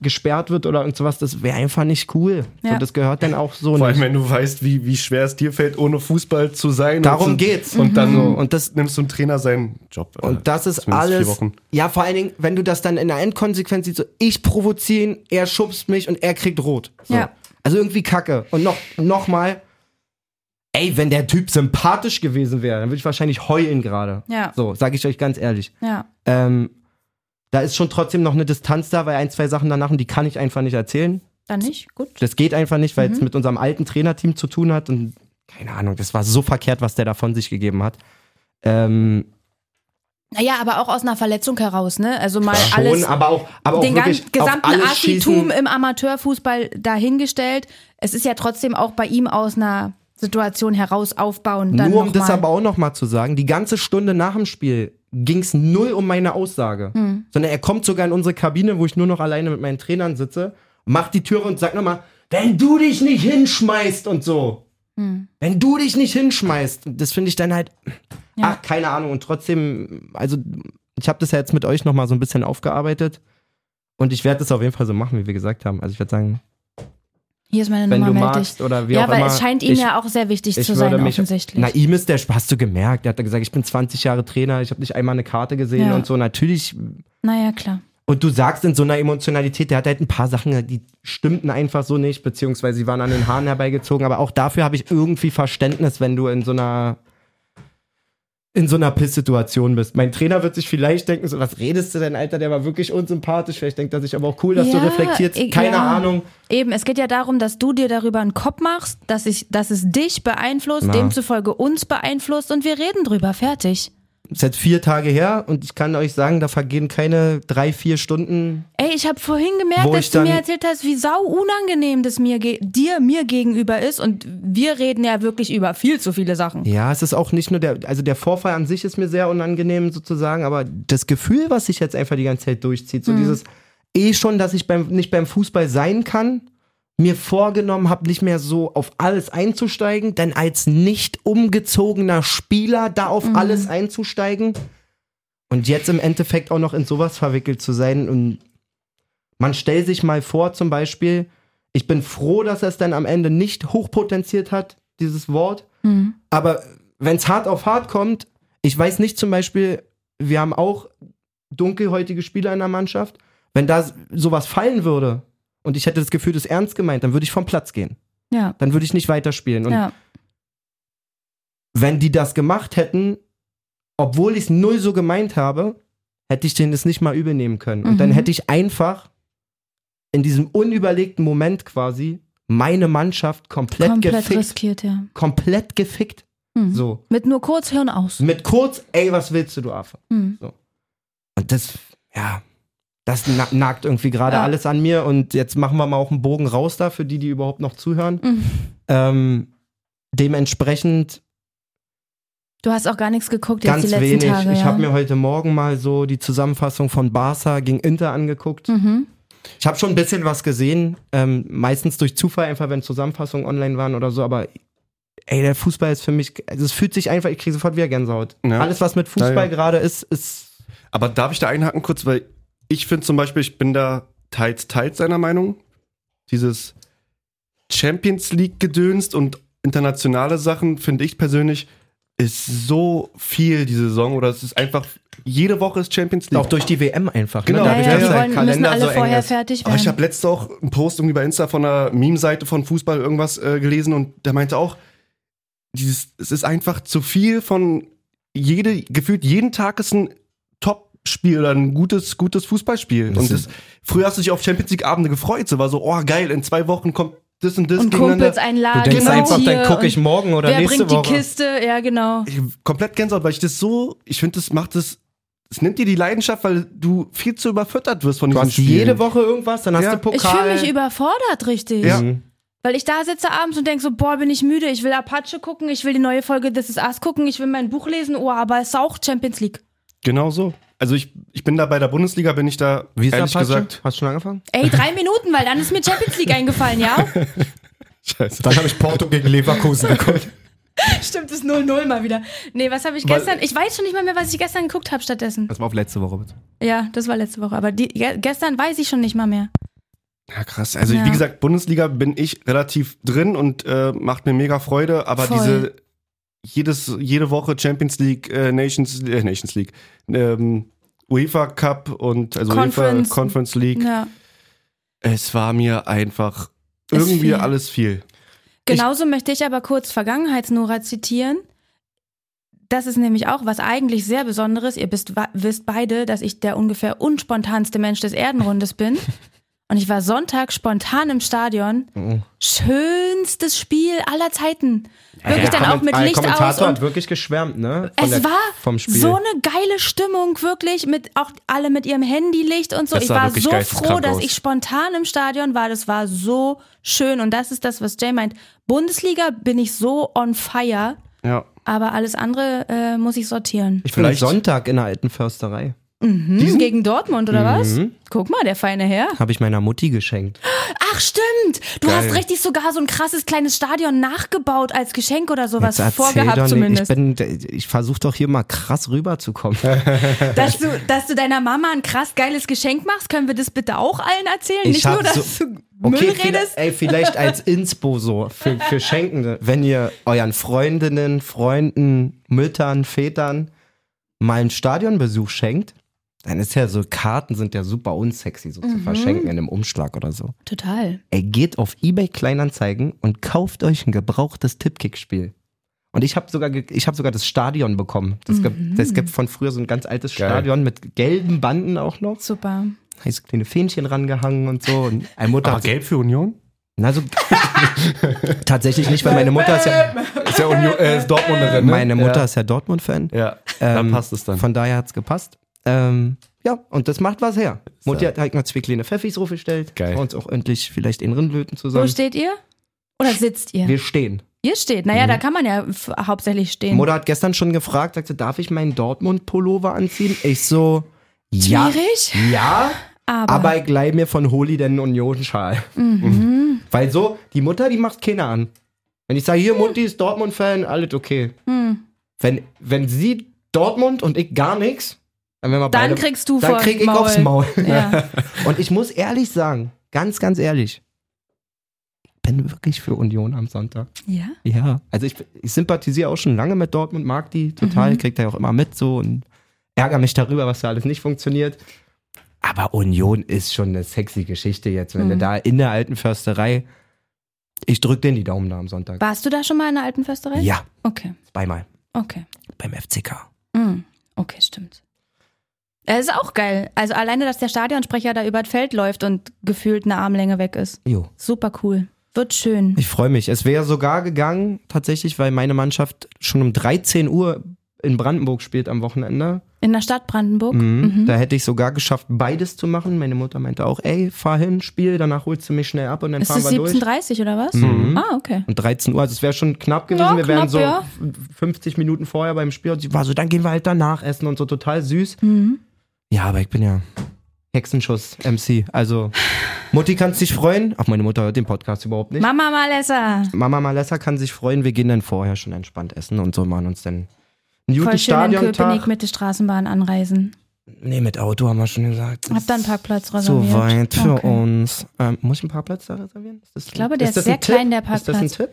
Speaker 3: gesperrt wird oder irgend sowas, das wäre einfach nicht cool.
Speaker 1: Ja.
Speaker 3: So, das gehört dann auch so
Speaker 2: Vor
Speaker 3: nicht.
Speaker 2: allem, wenn du weißt, wie, wie schwer es dir fällt, ohne Fußball zu sein.
Speaker 3: Darum
Speaker 2: und zu,
Speaker 3: geht's.
Speaker 2: Und dann
Speaker 3: So,
Speaker 1: Mhm.
Speaker 3: und das
Speaker 2: nimmst du einen Trainer seinen Job. äh,
Speaker 3: und das ist
Speaker 2: zumindest vier
Speaker 3: alles.
Speaker 2: Wochen.
Speaker 3: Ja, vor allen Dingen, wenn du das dann in der Endkonsequenz siehst, so ich provoziere ihn, er schubst mich und er kriegt rot. So.
Speaker 1: Ja.
Speaker 3: Also irgendwie Kacke. Und noch noch mal, ey, wenn der Typ sympathisch gewesen wäre, dann würde ich wahrscheinlich heulen gerade.
Speaker 1: Ja.
Speaker 3: So, sage ich euch ganz ehrlich.
Speaker 1: Ja.
Speaker 3: Ähm, da ist schon trotzdem noch eine Distanz da, weil ein, zwei Sachen danach, und die kann ich einfach nicht erzählen.
Speaker 1: Dann nicht? Gut.
Speaker 3: Das geht einfach nicht,
Speaker 1: Mhm.
Speaker 3: weil es mit unserem alten Trainerteam zu tun hat und keine Ahnung, das war so verkehrt, was der da von sich gegeben hat. Ähm,
Speaker 1: Naja, aber auch aus einer Verletzung heraus, ne? Also mal
Speaker 3: Schon,
Speaker 1: alles.
Speaker 3: aber auch, aber
Speaker 1: den
Speaker 3: auch wirklich
Speaker 1: ganzen gesamten
Speaker 3: auf alles
Speaker 1: Architum
Speaker 3: schießen.
Speaker 1: im Amateurfußball dahingestellt. Es ist ja trotzdem auch bei ihm aus einer Situation heraus aufbauen. Dann
Speaker 3: Nur
Speaker 1: noch
Speaker 3: um das
Speaker 1: mal.
Speaker 3: aber auch nochmal zu sagen, die ganze Stunde nach dem Spiel ging es null um meine Aussage.
Speaker 1: Hm.
Speaker 3: Sondern er kommt sogar in unsere Kabine, wo ich nur noch alleine mit meinen Trainern sitze, macht die Türe und sagt nochmal, wenn du dich nicht hinschmeißt und so.
Speaker 1: Hm.
Speaker 3: Wenn du dich nicht hinschmeißt. Das finde ich dann halt,
Speaker 1: Ja.
Speaker 3: ach, keine Ahnung. Und trotzdem, also ich habe das ja jetzt mit euch nochmal so ein bisschen aufgearbeitet. Und ich werde das auf jeden Fall so machen, wie wir gesagt haben. Also ich würde sagen,
Speaker 1: Hier ist meine
Speaker 3: wenn
Speaker 1: Nummer,
Speaker 3: du
Speaker 1: meld
Speaker 3: magst
Speaker 1: dich.
Speaker 3: oder wie
Speaker 1: Ja,
Speaker 3: auch
Speaker 1: weil
Speaker 3: immer.
Speaker 1: es scheint ihm
Speaker 3: ich,
Speaker 1: ja auch sehr wichtig zu sein, offensichtlich.
Speaker 3: Na, ihm ist der Spaß zu gemerkt. Er hat da gesagt, ich bin 20 Jahre Trainer, ich habe nicht einmal eine Karte gesehen
Speaker 1: Ja.
Speaker 3: und so. Natürlich,
Speaker 1: naja, klar.
Speaker 3: Und du sagst in so einer Emotionalität, der hat halt ein paar Sachen, gesagt, die stimmten einfach so nicht, beziehungsweise sie waren an den Haaren herbeigezogen. Aber auch dafür habe ich irgendwie Verständnis, wenn du in so einer in so einer Piss-Situation bist. Mein Trainer wird sich vielleicht denken, so, was redest du denn, Alter, der war wirklich unsympathisch. Vielleicht denkt er sich aber auch cool, dass
Speaker 1: Ja,
Speaker 3: du reflektierst.
Speaker 1: ich-
Speaker 3: Keine
Speaker 1: ja.
Speaker 3: Ahnung.
Speaker 1: Eben, es geht ja darum, dass du dir darüber einen Kopf machst, dass, ich, dass es dich beeinflusst,
Speaker 3: Na.
Speaker 1: demzufolge uns beeinflusst und wir reden drüber. Fertig.
Speaker 3: ist jetzt vier Tage her und ich kann euch sagen, da vergehen keine drei, vier Stunden.
Speaker 1: Ey, ich habe vorhin gemerkt,
Speaker 3: Wo
Speaker 1: dass
Speaker 3: ich
Speaker 1: du
Speaker 3: dann-
Speaker 1: mir erzählt hast, wie sau unangenehm das mir ge dir mir gegenüber ist und wir reden ja wirklich über viel zu viele Sachen.
Speaker 3: Ja, es ist auch nicht nur der, also der Vorfall an sich ist mir sehr unangenehm sozusagen, aber das Gefühl, was sich jetzt einfach die ganze Zeit durchzieht, so dieses eh schon, dass ich beim, nicht beim Fußball sein kann, mir vorgenommen habe, nicht mehr so auf alles einzusteigen, denn als nicht umgezogener Spieler da auf alles einzusteigen und jetzt im Endeffekt auch noch in sowas verwickelt zu sein und man stellt sich mal vor zum Beispiel, ich bin froh, dass er es dann am Ende nicht hochpotenziert hat, dieses Wort,
Speaker 1: Hm.
Speaker 3: aber wenn es hart auf hart kommt, ich weiß nicht zum Beispiel, wir haben auch dunkelhäutige Spieler in der Mannschaft. Wenn da s- sowas fallen würde und ich hätte das Gefühl, das ist ernst gemeint, dann würde ich vom Platz gehen.
Speaker 1: Ja.
Speaker 3: Dann würde ich nicht weiterspielen. Und
Speaker 1: ja.
Speaker 3: wenn die das gemacht hätten, obwohl ich es null so gemeint habe, hätte ich denen das nicht mal übel nehmen können. Und dann
Speaker 1: Mhm.
Speaker 3: hätte ich einfach in diesem unüberlegten Moment quasi meine Mannschaft komplett,
Speaker 1: Komplett
Speaker 3: gefickt.
Speaker 1: riskiert, ja.
Speaker 3: Komplett gefickt.
Speaker 1: Mhm.
Speaker 3: So.
Speaker 1: Mit nur kurz Hirn aus.
Speaker 3: Mit kurz, ey, was willst du, du Affe?
Speaker 1: Mhm.
Speaker 3: Und das, ja, das na nagt irgendwie gerade
Speaker 1: Ja.
Speaker 3: alles an mir. Und jetzt machen wir mal auch einen Bogen raus da, für die, die überhaupt noch zuhören.
Speaker 1: Mhm.
Speaker 3: Ähm, dementsprechend
Speaker 1: Du hast auch gar nichts geguckt jetzt die
Speaker 3: ganz
Speaker 1: letzten
Speaker 3: wenig.
Speaker 1: Tage.
Speaker 3: ich
Speaker 1: ja.
Speaker 3: habe mir heute Morgen mal so die Zusammenfassung von Barca gegen Inter angeguckt.
Speaker 1: mhm.
Speaker 3: Ich habe schon ein bisschen was gesehen. Ähm, meistens durch Zufall, einfach wenn Zusammenfassungen online waren oder so. Aber ey, der Fußball ist für mich, also es fühlt sich einfach, ich kriege sofort wieder Gänsehaut.
Speaker 2: Ja.
Speaker 3: Alles, was mit Fußball
Speaker 2: Ja, ja.
Speaker 3: gerade ist, ist
Speaker 2: Aber darf ich da einhaken kurz, weil ich finde zum Beispiel, ich bin da teils, teils seiner Meinung. Dieses Champions League-Gedönst und internationale Sachen finde ich persönlich ist so viel die Saison oder es ist einfach, jede Woche ist Champions League.
Speaker 3: auch durch die WM einfach. ne?
Speaker 2: Genau,
Speaker 1: ja,
Speaker 3: Dadurch,
Speaker 1: ja,
Speaker 3: dass
Speaker 1: wir
Speaker 3: der
Speaker 1: wollen, müssen
Speaker 3: Kalender
Speaker 1: alle
Speaker 3: so Oh, eng
Speaker 1: vorher
Speaker 3: ist.
Speaker 1: fertig
Speaker 2: Aber
Speaker 1: werden.
Speaker 2: ich habe letztens auch einen Post irgendwie bei Insta von einer Meme-Seite von Fußball irgendwas äh, gelesen und der meinte auch, dieses, es ist einfach zu viel von jede, gefühlt jeden Tag ist ein Top-Spiel oder ein gutes, gutes Fußballspiel.
Speaker 3: Das
Speaker 2: und das,
Speaker 3: ist-
Speaker 2: früher hast du dich auf Champions League-Abende gefreut, so war so, oh geil, in zwei Wochen kommt das und das
Speaker 1: und Kumpels einladen.
Speaker 3: ne, Du denkst
Speaker 1: genau
Speaker 3: einfach,
Speaker 1: hier
Speaker 3: dann gucke ich
Speaker 1: und
Speaker 3: morgen oder
Speaker 1: Wer
Speaker 3: nächste
Speaker 1: bringt
Speaker 3: Woche.
Speaker 1: die Kiste? Ja, genau.
Speaker 2: Ich, komplett Gänsehaut, weil ich das so, ich finde, das macht das, es nimmt dir die Leidenschaft, weil du viel zu überfüttert wirst von
Speaker 3: Du
Speaker 2: diesen
Speaker 3: hast
Speaker 2: Spielen.
Speaker 3: jede Woche irgendwas, dann hast
Speaker 2: Ja.
Speaker 3: du Pokal.
Speaker 1: Ich fühle mich überfordert, richtig.
Speaker 2: Ja.
Speaker 3: Mhm.
Speaker 1: Weil ich da sitze abends und denke so, boah, bin ich müde, ich will Apache gucken, ich will die neue Folge This Is Us gucken, ich will mein Buch lesen, oh, aber es ist auch Champions League.
Speaker 2: Genau so. Also ich, ich bin da bei der Bundesliga, bin ich da,
Speaker 3: Wie ist
Speaker 2: ehrlich
Speaker 3: Apache?
Speaker 2: gesagt,
Speaker 3: Hast du schon angefangen?
Speaker 1: Ey, drei Minuten, weil dann ist mir Champions League eingefallen, ja?
Speaker 2: scheiße.
Speaker 3: Dann habe ich Porto gegen Leverkusen geguckt.
Speaker 1: Stimmt, ist 0-0 mal wieder. Nee, was habe ich
Speaker 2: Weil-
Speaker 1: gestern? Ich weiß schon nicht mal mehr, was ich gestern geguckt habe stattdessen.
Speaker 3: Das war auf letzte Woche. bitte.
Speaker 1: Ja, das war letzte Woche, aber die, ge gestern weiß ich schon nicht mal mehr.
Speaker 2: Ja, krass. Also
Speaker 1: Ja.
Speaker 2: wie gesagt, Bundesliga bin ich relativ drin und äh, macht mir mega Freude, aber
Speaker 1: Voll.
Speaker 2: diese jedes, jede Woche Champions League, äh, Nations, äh, Nations League, ähm, UEFA Cup und also
Speaker 1: Conference.
Speaker 2: UEFA Conference League.
Speaker 1: Ja.
Speaker 2: Es war mir einfach
Speaker 1: Ist
Speaker 2: irgendwie
Speaker 1: viel.
Speaker 2: alles viel.
Speaker 1: Genauso möchte ich aber kurz Vergangenheitsnora zitieren. Das ist nämlich auch was eigentlich sehr Besonderes. Ihr bist, wa- wisst beide, dass ich der ungefähr unspontanste Mensch des Erdenrundes bin. Und ich war Sonntag spontan im Stadion. Schönstes Spiel aller Zeiten. Wirklich dann auch mit
Speaker 3: Der
Speaker 1: Licht aus
Speaker 3: ah, Kommentator
Speaker 1: und
Speaker 3: hat wirklich geschwärmt, ne? Von
Speaker 1: Es
Speaker 3: der-
Speaker 1: war
Speaker 3: vom Spiel.
Speaker 1: so eine geile Stimmung, wirklich, mit auch alle mit ihrem Handylicht und so.
Speaker 2: Das
Speaker 1: ich
Speaker 2: sah
Speaker 1: war
Speaker 2: wirklich
Speaker 1: so
Speaker 2: geisteskrank
Speaker 1: froh, dass
Speaker 2: aus.
Speaker 1: ich spontan im Stadion war. Das war so schön. Und das ist das, was Jay meint. Bundesliga bin ich so on fire,
Speaker 2: Ja.
Speaker 1: aber alles andere äh, muss ich sortieren.
Speaker 3: ich bin
Speaker 2: Vielleicht-
Speaker 3: Sonntag in der alten Försterei.
Speaker 1: Hm, gegen Dortmund, oder was?
Speaker 3: Mhm.
Speaker 1: Guck mal, der feine Herr.
Speaker 3: Habe ich meiner Mutti geschenkt.
Speaker 1: Ach, stimmt. Du
Speaker 2: Geil.
Speaker 1: hast richtig sogar so ein krasses kleines Stadion nachgebaut als Geschenk oder sowas.
Speaker 3: Jetzt erzähl
Speaker 1: Vorgehabt
Speaker 3: doch nicht.
Speaker 1: zumindest.
Speaker 3: Ich, bin- ich versuche doch hier mal krass rüberzukommen.
Speaker 1: Dass du, dass du deiner Mama ein krass geiles Geschenk machst, können wir das bitte auch allen erzählen?
Speaker 3: Ich
Speaker 1: Nicht nur,
Speaker 3: hab
Speaker 1: dass
Speaker 3: so-
Speaker 1: du Müll
Speaker 3: Okay,
Speaker 1: redest.
Speaker 3: vielleicht, ey, vielleicht als Inspo so für, für Schenkende. Wenn ihr euren Freundinnen, Freunden, Müttern, Vätern mal einen Stadionbesuch schenkt, Dann ist ja so, Karten sind ja super unsexy, so
Speaker 1: Mhm.
Speaker 3: zu verschenken in einem Umschlag oder so.
Speaker 1: Total.
Speaker 3: Er geht auf eBay Kleinanzeigen und kauft euch ein gebrauchtes Tippkick-Spiel. Und ich habe sogar, ge- ich hab sogar das Stadion bekommen. Das, gibt, das gibt von früher so ein ganz altes
Speaker 2: Geil.
Speaker 3: Stadion mit gelben Banden auch noch.
Speaker 1: Super.
Speaker 3: Heißt kleine Fähnchen rangehangen und so. Und eine Mutter
Speaker 2: Aber
Speaker 3: hat sich-
Speaker 2: gelb für Union?
Speaker 3: Na, so, tatsächlich nicht, weil meine Mutter ist ja,
Speaker 2: Ist ja Union, äh, ist Dortmunderin, ne?
Speaker 3: meine Mutter ist ja Dortmund-Fan.
Speaker 2: Ja, ja.
Speaker 3: Ähm,
Speaker 2: dann passt es dann.
Speaker 3: Von daher hat's gepasst. Ähm, ja, und das macht was her. Mutti
Speaker 2: So.
Speaker 3: hat halt noch zwei kleine Pfeffis rufgestellt.
Speaker 2: Geil.
Speaker 3: Für uns auch endlich vielleicht in Rindlöten
Speaker 1: Wo
Speaker 3: zusammen.
Speaker 1: steht ihr? Oder sitzt ihr?
Speaker 3: Wir Mhm. stehen.
Speaker 1: ihr steht. Naja, da kann man ja f- hauptsächlich stehen.
Speaker 3: Mutter hat gestern schon gefragt, sagte, darf ich meinen Dortmund-Pullover anziehen? Ich so, ja.
Speaker 1: Schwierig,
Speaker 3: Ja,
Speaker 1: aber, mhm.
Speaker 3: aber ich gleich mir von Holi den Union-Schal. Weil so, die Mutter, die macht Kinder an. Wenn ich sage, hier, Mutti ist Dortmund-Fan, alles okay.
Speaker 1: Hm.
Speaker 3: Wenn, wenn sie Dortmund und ich gar nichts, dann werden wir
Speaker 1: dann
Speaker 3: beide,
Speaker 1: kriegst du
Speaker 3: dann
Speaker 1: vor
Speaker 3: krieg ich
Speaker 1: Maul.
Speaker 3: aufs Maul.
Speaker 1: Ja.
Speaker 3: Und ich muss ehrlich sagen, ganz, ganz ehrlich, ich bin wirklich für Union am Sonntag.
Speaker 1: ja.
Speaker 3: Ja. Also ich, ich sympathisiere auch schon lange mit Dortmund, mag die total, krieg da ja auch immer mit so und ärgere mich darüber, was da alles nicht funktioniert. Aber Union ist schon eine sexy Geschichte jetzt, wenn du da in der alten Försterei, ich drück denen die Daumen da am Sonntag.
Speaker 1: Warst du da schon mal in der alten Försterei?
Speaker 3: Ja,
Speaker 1: Okay,
Speaker 3: zweimal
Speaker 1: okay.
Speaker 3: beim FCK.
Speaker 1: Mm, Okay, stimmt. Er ist auch geil. Also alleine, dass der Stadionsprecher da über das Feld läuft und gefühlt eine Armlänge weg ist.
Speaker 3: Jo.
Speaker 1: Super cool. Wird schön.
Speaker 3: Ich freue mich. Es wäre sogar gegangen, tatsächlich, weil meine Mannschaft schon um 13 Uhr in Brandenburg spielt am Wochenende.
Speaker 1: In der Stadt Brandenburg.
Speaker 3: Mhm. Da hätte ich sogar geschafft, beides zu machen. Meine Mutter meinte auch, ey, fahr hin, spiel, danach holst du mich schnell ab und dann
Speaker 1: Ist
Speaker 3: fahren
Speaker 1: es
Speaker 3: wir durch.
Speaker 1: 17.30 oder was? Ah, okay.
Speaker 3: Und 13 Uhr, also es wäre schon knapp gewesen.
Speaker 1: Ja,
Speaker 3: wir wären
Speaker 1: knapp,
Speaker 3: so
Speaker 1: ja.
Speaker 3: 50 Minuten vorher beim Spiel und sie war so, dann gehen wir halt danach essen und so total süß.
Speaker 1: Mhm.
Speaker 3: Ja, aber ich bin ja Hexenschuss-MC. Also, Mutti kann sich freuen. Ach, meine Mutter hört den Podcast überhaupt nicht.
Speaker 1: Mama Malessa.
Speaker 3: Mama Malessa kann sich freuen, wir gehen dann vorher schon entspannt essen und so machen uns dann einen
Speaker 1: Voll
Speaker 3: guten
Speaker 1: schön in Köpenick
Speaker 3: Stadiontag.
Speaker 1: mit der Straßenbahn anreisen.
Speaker 3: Nee, mit Auto haben wir schon gesagt.
Speaker 1: Hab da einen Parkplatz reserviert.
Speaker 3: Zu weit für
Speaker 1: Okay.
Speaker 3: uns. Ähm, muss ich einen Parkplatz da reservieren? Ist das ich
Speaker 1: glaube, der ist sehr klein, der Parkplatz.
Speaker 3: Ist das ein Tipp?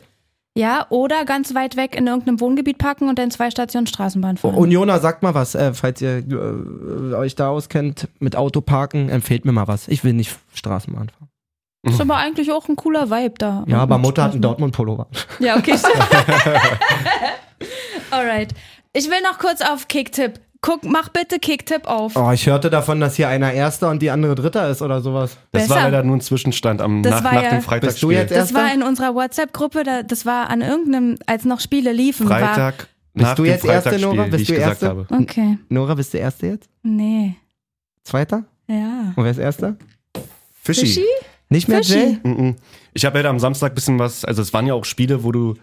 Speaker 1: Ja, oder ganz weit weg in irgendeinem Wohngebiet packen und dann zwei Stationen Straßenbahn fahren.
Speaker 3: Oh, Und Jona, sagt mal was, äh, falls ihr äh, euch da auskennt mit Autoparken, empfehlt mir mal was. Ich will nicht Straßenbahn fahren.
Speaker 1: ist aber eigentlich auch ein cooler Vibe da.
Speaker 3: Ja, aber Mutter hat einen Dortmund-Pullover.
Speaker 1: Ja, okay. Alright. Ich will noch kurz auf Kicktip. Guck, mach bitte Kicktip auf.
Speaker 3: Oh, ich hörte davon, dass hier einer Erster und die andere Dritter ist oder sowas.
Speaker 2: Das war
Speaker 1: besser.
Speaker 2: leider nur ein Zwischenstand am
Speaker 1: Das
Speaker 2: nach,
Speaker 1: war
Speaker 2: nach
Speaker 1: ja-
Speaker 2: dem
Speaker 3: Bist du
Speaker 2: Freitagsspiel.
Speaker 3: jetzt
Speaker 1: Das
Speaker 3: Erster?
Speaker 1: war in unserer WhatsApp-Gruppe, da, das war an irgendeinem, als noch Spiele liefen.
Speaker 2: Freitag nach
Speaker 3: du
Speaker 2: dem
Speaker 3: jetzt Erste,
Speaker 2: Freitagsspiel,
Speaker 3: Nora? Bist
Speaker 2: wie ich
Speaker 3: du
Speaker 2: gesagt
Speaker 3: Erste?
Speaker 2: habe.
Speaker 1: War, okay,
Speaker 3: Nora, bist du Erste jetzt?
Speaker 1: nee.
Speaker 3: Zweiter?
Speaker 1: Ja.
Speaker 3: Und wer ist Erster?
Speaker 1: Fischi?
Speaker 3: Nicht mehr
Speaker 1: Fischi.
Speaker 3: Jay?
Speaker 2: Mhm. Ich habe ja da am Samstag ein bisschen was, also es waren ja auch Spiele, wo du